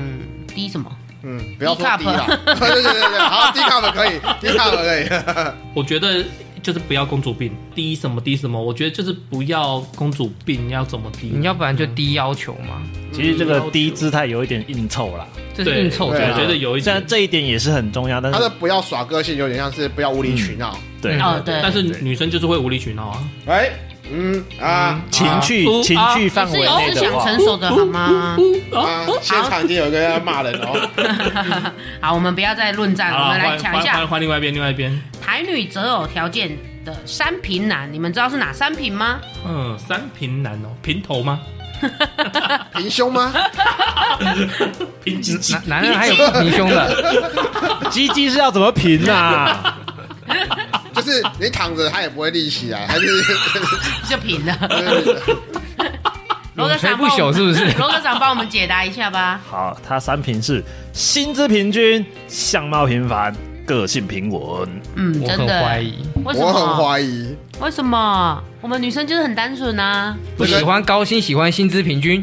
S5: 低什么？
S2: 嗯，不要说
S5: Cup
S2: 低了， 对对对对，好，低 cup 可以，低 cup 可以，
S3: 我觉得就是不要公主病，低什么低什么，我觉得就是不要公主病，要怎么低？
S4: 你要不然就低要求嘛，
S1: 其实这个低姿态有一点硬凑啦，
S4: 这是
S3: 对
S4: 硬凑
S3: 我
S4: 的
S2: 对啊
S4: 啊。
S3: 觉得有一
S1: 虽然
S3: 点。
S1: 这一点也是很重要，但
S2: 他的
S1: 是
S2: 不要耍个性，有点像是不要无理取闹。
S1: 对
S4: 嗯
S5: 哦对
S3: 但是女生就是会无理取闹啊，
S2: 哎，嗯啊，
S1: 情绪
S3: 啊
S1: 情
S3: 啊
S1: 绪范
S5: 哦是
S1: 围
S5: 有
S1: 内
S5: 思
S1: 的
S5: 想
S1: 话，
S5: 成熟的好吗？
S2: 啊啊，现场已经有一个人要骂人哦，
S5: 好，我们不要再论战了，我
S3: 啊，
S5: 们来
S3: 换
S5: 讲一
S3: 换
S5: 下
S3: 换换另外一边，另外一边，
S5: 台女择偶条件的三平男，你们知道是哪三平吗？
S3: 嗯，三平男哦，平头吗？
S2: 平胸吗？
S3: 平鸡鸡，
S4: 男男人还有平胸的，
S1: 鸡鸡是要怎么评啊？
S2: 就是你躺着它也不会立起来，还是
S5: 就平了。罗
S4: 永
S5: 科
S4: 垂
S5: 长
S4: 不
S5: 帮我
S4: 朽
S5: 们
S4: 是不是？
S5: 罗科长帮我们解答一下吧。
S1: 好，他三评是薪资平均、相貌平凡、个性平稳。
S5: 嗯，
S4: 我
S5: 真
S4: 很怀
S5: 的，
S4: 疑，
S5: 为什
S2: 我很
S5: 么？
S2: 怀疑。
S5: 为什么？我们女生就是很单纯啊。
S4: 不喜欢高薪，喜欢薪资平均。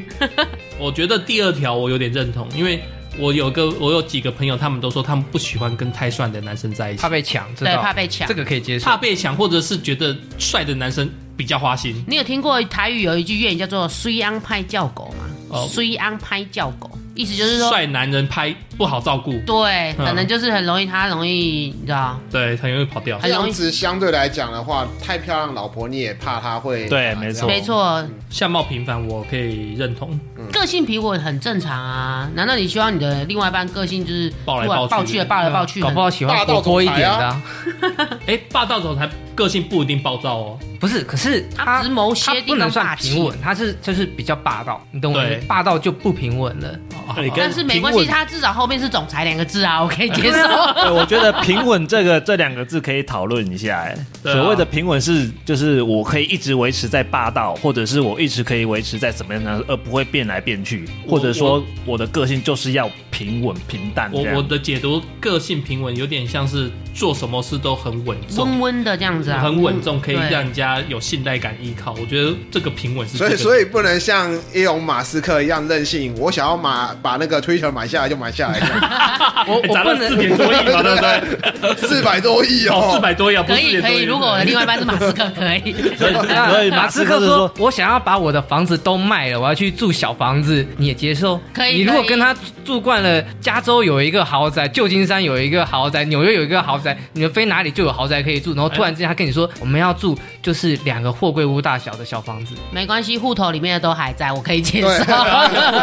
S3: 我觉得第二条我有点认同，因为我有个我有几个朋友，他们都说他们不喜欢跟太帅的男生在一起
S4: 怕，被抢，知
S5: 对，
S4: 道
S5: 怕被抢
S4: 这。个可以接受。
S3: 怕被抢，或者是觉得帅的男生比较花心。
S5: 你有听过台语有一句谚语叫做“虽安拍叫狗”吗？
S3: 哦
S5: 虽安拍叫狗，意思就是说，
S3: 帅男人拍不好照顾，
S5: 对，
S3: 嗯
S5: 可能就是很容易，他容易，你知道，
S3: 对，很容易跑掉。
S5: 很
S2: 这
S5: 容
S2: 样
S5: 易。
S2: 子相对来讲的话，太漂亮老婆你也怕她会
S1: 对
S2: 啊
S1: 没
S2: 这
S1: 错
S2: 样
S5: 没错，
S3: 相貌平凡，我可以认同。
S5: 个性比我很正常啊。难道你希望你的另外一半个性就是
S3: 抱来
S5: 突然
S3: 抱去
S5: 抱去的抱来抱去？
S4: 啊搞不好喜欢活泼一点的啊、
S3: 哎，霸道总裁个性不一定暴躁哦，
S4: 不是，可是
S5: 他
S4: 他
S5: 只是某些
S4: 他
S5: 地
S4: 不能
S5: 方
S4: 算
S5: 霸
S4: 平
S5: 气，
S4: 稳，他是就是比较霸道，你懂我意
S3: 对
S4: 思？霸道就不平稳了。
S3: 哦
S1: 对跟
S5: 但是没关
S1: 平
S5: 系，
S1: 稳
S5: 他至少后面是总裁两个字啊，我可以接受。
S1: 对，我觉得“平稳”这个这两个字可以讨论一下。哎、
S3: 对啊
S1: 所谓的平稳是，就是我可以一直维持在霸道，或者是我一直可以维持在怎么样呢，而不会变来变去，
S3: 我
S1: 或者说我的个性就是要平稳平淡这
S2: 啊
S3: 我我
S1: 样。
S3: 的解读，个性平稳有点像是做什么事都很稳
S5: 温
S3: 重，
S5: 温的这样子啊，
S3: 很稳重，可以
S5: 对
S3: 让人家有信赖感依靠。我觉得这个平稳是
S2: 所以，
S3: 这个
S2: 所以不能像伊隆马斯克一样任性。我想要买把那个 Twitter 买下来就买下来，
S4: 我我
S3: 诶哎砸
S4: 不
S3: 了四点
S4: 能，
S3: 多亿 嘛，对 不对？
S2: 四百多亿
S3: 哦，
S2: 哦，
S3: 四百多亿啊，不
S5: 可
S3: 是
S5: 以
S3: 400
S5: 可
S3: 多亿
S5: 以。如果我的另外一半是马斯克，可 以。
S1: 所以马
S4: 马
S1: 斯
S4: 斯
S1: 克
S4: 克
S1: 是
S4: 说
S1: 说，：“
S4: 我想要把我的房子都卖了，我要去住小房子，你也接受？
S5: 可以
S4: 你如
S5: 可
S4: 果
S5: 以
S4: 跟他住惯了，加州有一个豪宅，旧金山有一个豪宅，纽约有一个豪宅，你们飞哪里就有豪宅可以住。然后突然之间他跟你说，我们要住就是两个货柜屋大小的小 房子，
S5: 没关系，户头里面的都还在，我可以接受。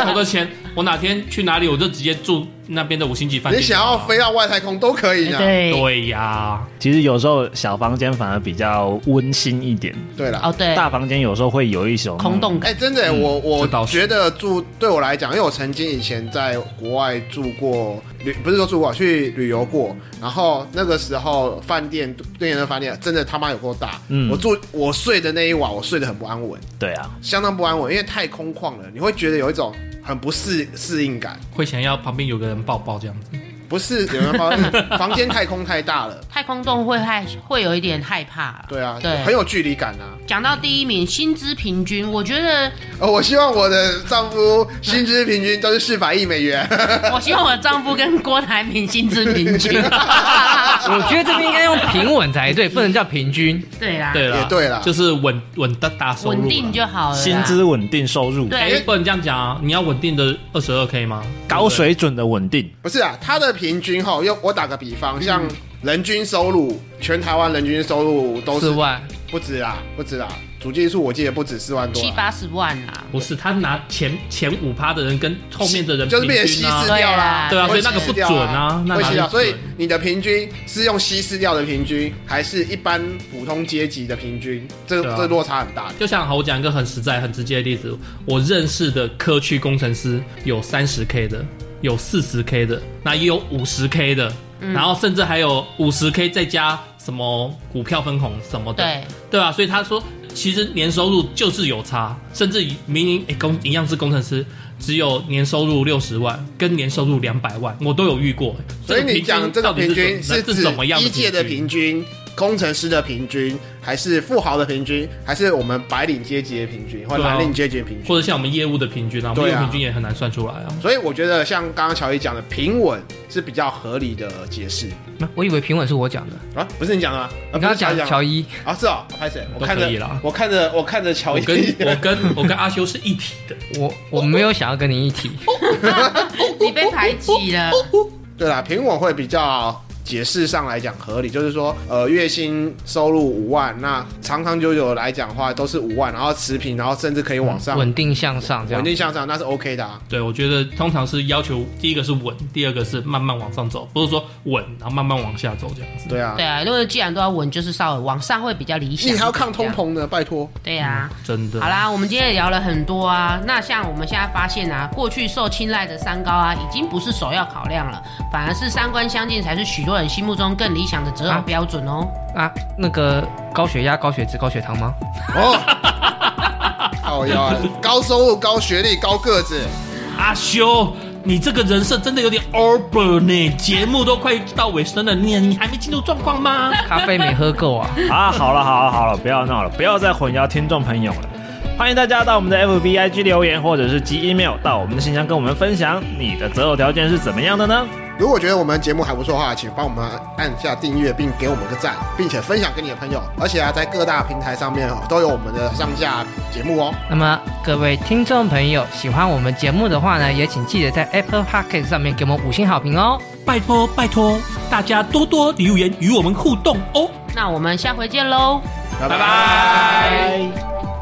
S3: 投个钱，我哪天去哪里我就直接住那边的五星级饭
S2: 你
S3: 店。
S2: 想要？飞到外太空都可以呢。
S5: 对，
S3: 对呀，
S1: 其实有时候小房间反而比较温馨一点，
S2: 对了，
S5: 哦对，
S1: 大房间有时候会有一种
S5: 空洞
S2: 哎、
S5: 感，
S2: 真的、我
S3: 这倒
S2: 我
S3: 是
S2: 觉得住对我来讲，因为我曾经以前在国外住过旅，不是说住过，去旅游过。然后那个时候饭店对面的饭店真的他妈有够大，
S1: 嗯
S2: 我住我睡的那一晚，我睡得很不安稳，
S1: 对啊，
S2: 相当不安稳，因为太空旷了，你会觉得有一种很不适适应感。
S3: 会想要旁边有个人抱抱这样子。
S2: 不是有没有发现房间太空太大了？
S5: 太空洞会害会有一点害怕啦。
S2: 对啊，
S5: 对
S2: 很有距离感啊。
S5: 讲到第一名，薪资平均，我觉得
S2: 呃，我希望我的丈夫薪资平均都是四百亿美元。
S5: 我希望我的丈夫跟郭台铭薪资 平均。啊
S4: 我觉得这边应该用平稳才对，不能叫平均。
S5: 对啦，
S3: 对啦，
S2: 也对啦啊
S3: 就是稳稳的大收入啦，啊
S5: 稳定就好了啦。
S1: 薪资稳定、收入
S3: 哎、
S5: 哎对，
S3: 不能这样讲啊！你要稳定的二十二 k 吗？
S1: 高水准的稳定，
S2: 不是啊，他的平均哈，用我打个比方，像
S3: 嗯
S2: 人均收入，全台湾人均收入都
S4: 四
S2: 是
S4: 万，
S2: 不止啦，不止啦，主计数我记得不止四万多啊
S5: 七
S2: 啦，
S5: 八十万啦。
S3: 不是，他拿前前五趴的人跟后面的人、
S2: 就是变成稀释
S3: 啊，
S2: 掉啦，
S3: 对啊
S2: 会
S3: 所以那个
S2: 稀释
S3: 不
S2: 掉
S3: 准啊那
S2: 会
S3: 哪
S2: 稀
S3: 里
S2: 掉，所以
S3: 准
S2: 你的平均是用稀释掉的平均，还是一般普通阶级的平均？这
S3: 对啊
S2: 这落差很大。
S3: 就像好，我讲一个很实在、很直接的例子，我认识的科区工程师有三十 k 的，有四十 k 的，那也有五十 k 的，
S2: 嗯
S3: 然后甚至还有五十 k 再加什么股票分红什么的，
S5: 对，
S3: 对啊吧、所以他说，其实年收入就是有差，甚至明明诶工一样是工程师，只有年收入六十万跟年收入两百万，我都有遇过。
S2: 所以你讲这
S3: 这
S2: 个
S3: 个
S2: 平
S3: 平
S2: 均
S3: 均
S2: 是
S3: 到底
S2: 指
S3: 是怎么样
S2: 一届的
S3: 平
S2: 平均、工程师的平均，还是富豪的平均，还是我们白领阶级的平均，或
S3: 对啊
S2: 蓝领阶级的平均？
S3: 或者像我们业务的平均啊，我们
S2: 对
S3: 业
S2: 啊
S3: 务平均也很难算出 来啊。
S2: 所以我觉得像刚刚乔伊讲的，平稳是比较合理的解释
S4: 我以为平稳是我讲的，
S2: 啊，不是你讲的吗？啊、
S4: 你
S2: 不
S4: 刚刚
S2: 是乔伊
S4: 讲
S2: 讲
S4: 乔伊，
S2: 的啊，是哦，拍谁？我
S3: 都
S2: 看
S3: 可以
S2: 着
S3: 啦
S2: 我看着我看着乔
S3: 我
S2: 伊，
S3: 跟我跟我跟阿修是一体的，
S4: 我我没有想要跟你一起。
S2: 哦
S5: 你被排挤了。
S2: 对啊啦，平稳会比较解释上来讲合理，就是说呃月薪收入五万，那长长久久来讲的话都是五万，然后持平，然后甚至可以往上
S4: 稳定向上这
S2: 稳
S4: 样。
S2: 定向上，那是 OK 的啊。
S3: 对我觉得通常是要求第一个是稳，第二个是慢慢往上走，不是说稳然后慢慢往下走这样子。
S2: 对啊
S5: 对，啊，因为既然都要稳，就是稍微往上会比较理想。
S2: 你还要抗通？膨嗯呢，拜托。
S5: 对啊。
S3: 真的
S5: 好啦，我们今天也聊了很多啊。那像我们现在发现啊，过去受青睐的三高啊，已经不是首要考量了，反而是三观相近才是许多多人心目中更理想的择偶标准哦。
S4: 啊，那个高血压、高血脂、高血糖吗？
S2: 哦，靠腰啊，高收入、高学历、高个子，
S3: 阿修，你这个人设真的有点 over 呢，节目都快到尾声了，你你还没进入状况吗？
S4: 咖啡没喝够啊？
S1: 啊，好了好了好了，不要闹了，不要再混淆听众朋友了。欢迎大家到我们的 FBIG 留言，或者是寄 email 到我们的信箱，跟我们分享你的择偶条件是怎么样的呢？
S2: 如果觉得我们节目还不错的话，请帮我们按下订阅，并给我们个赞，并且分享给你的朋友。而且啊，在各大平台上面哦，都有我们的上下节目哦。
S4: 那么各位听众朋友，喜欢我们节目的话呢，也请记得在 Apple Podcast 上面给我们五星好评哦。
S3: 拜托拜托，大家多多留言与我们互动哦。
S5: 那我们下回见喽。
S2: 拜
S3: 拜拜。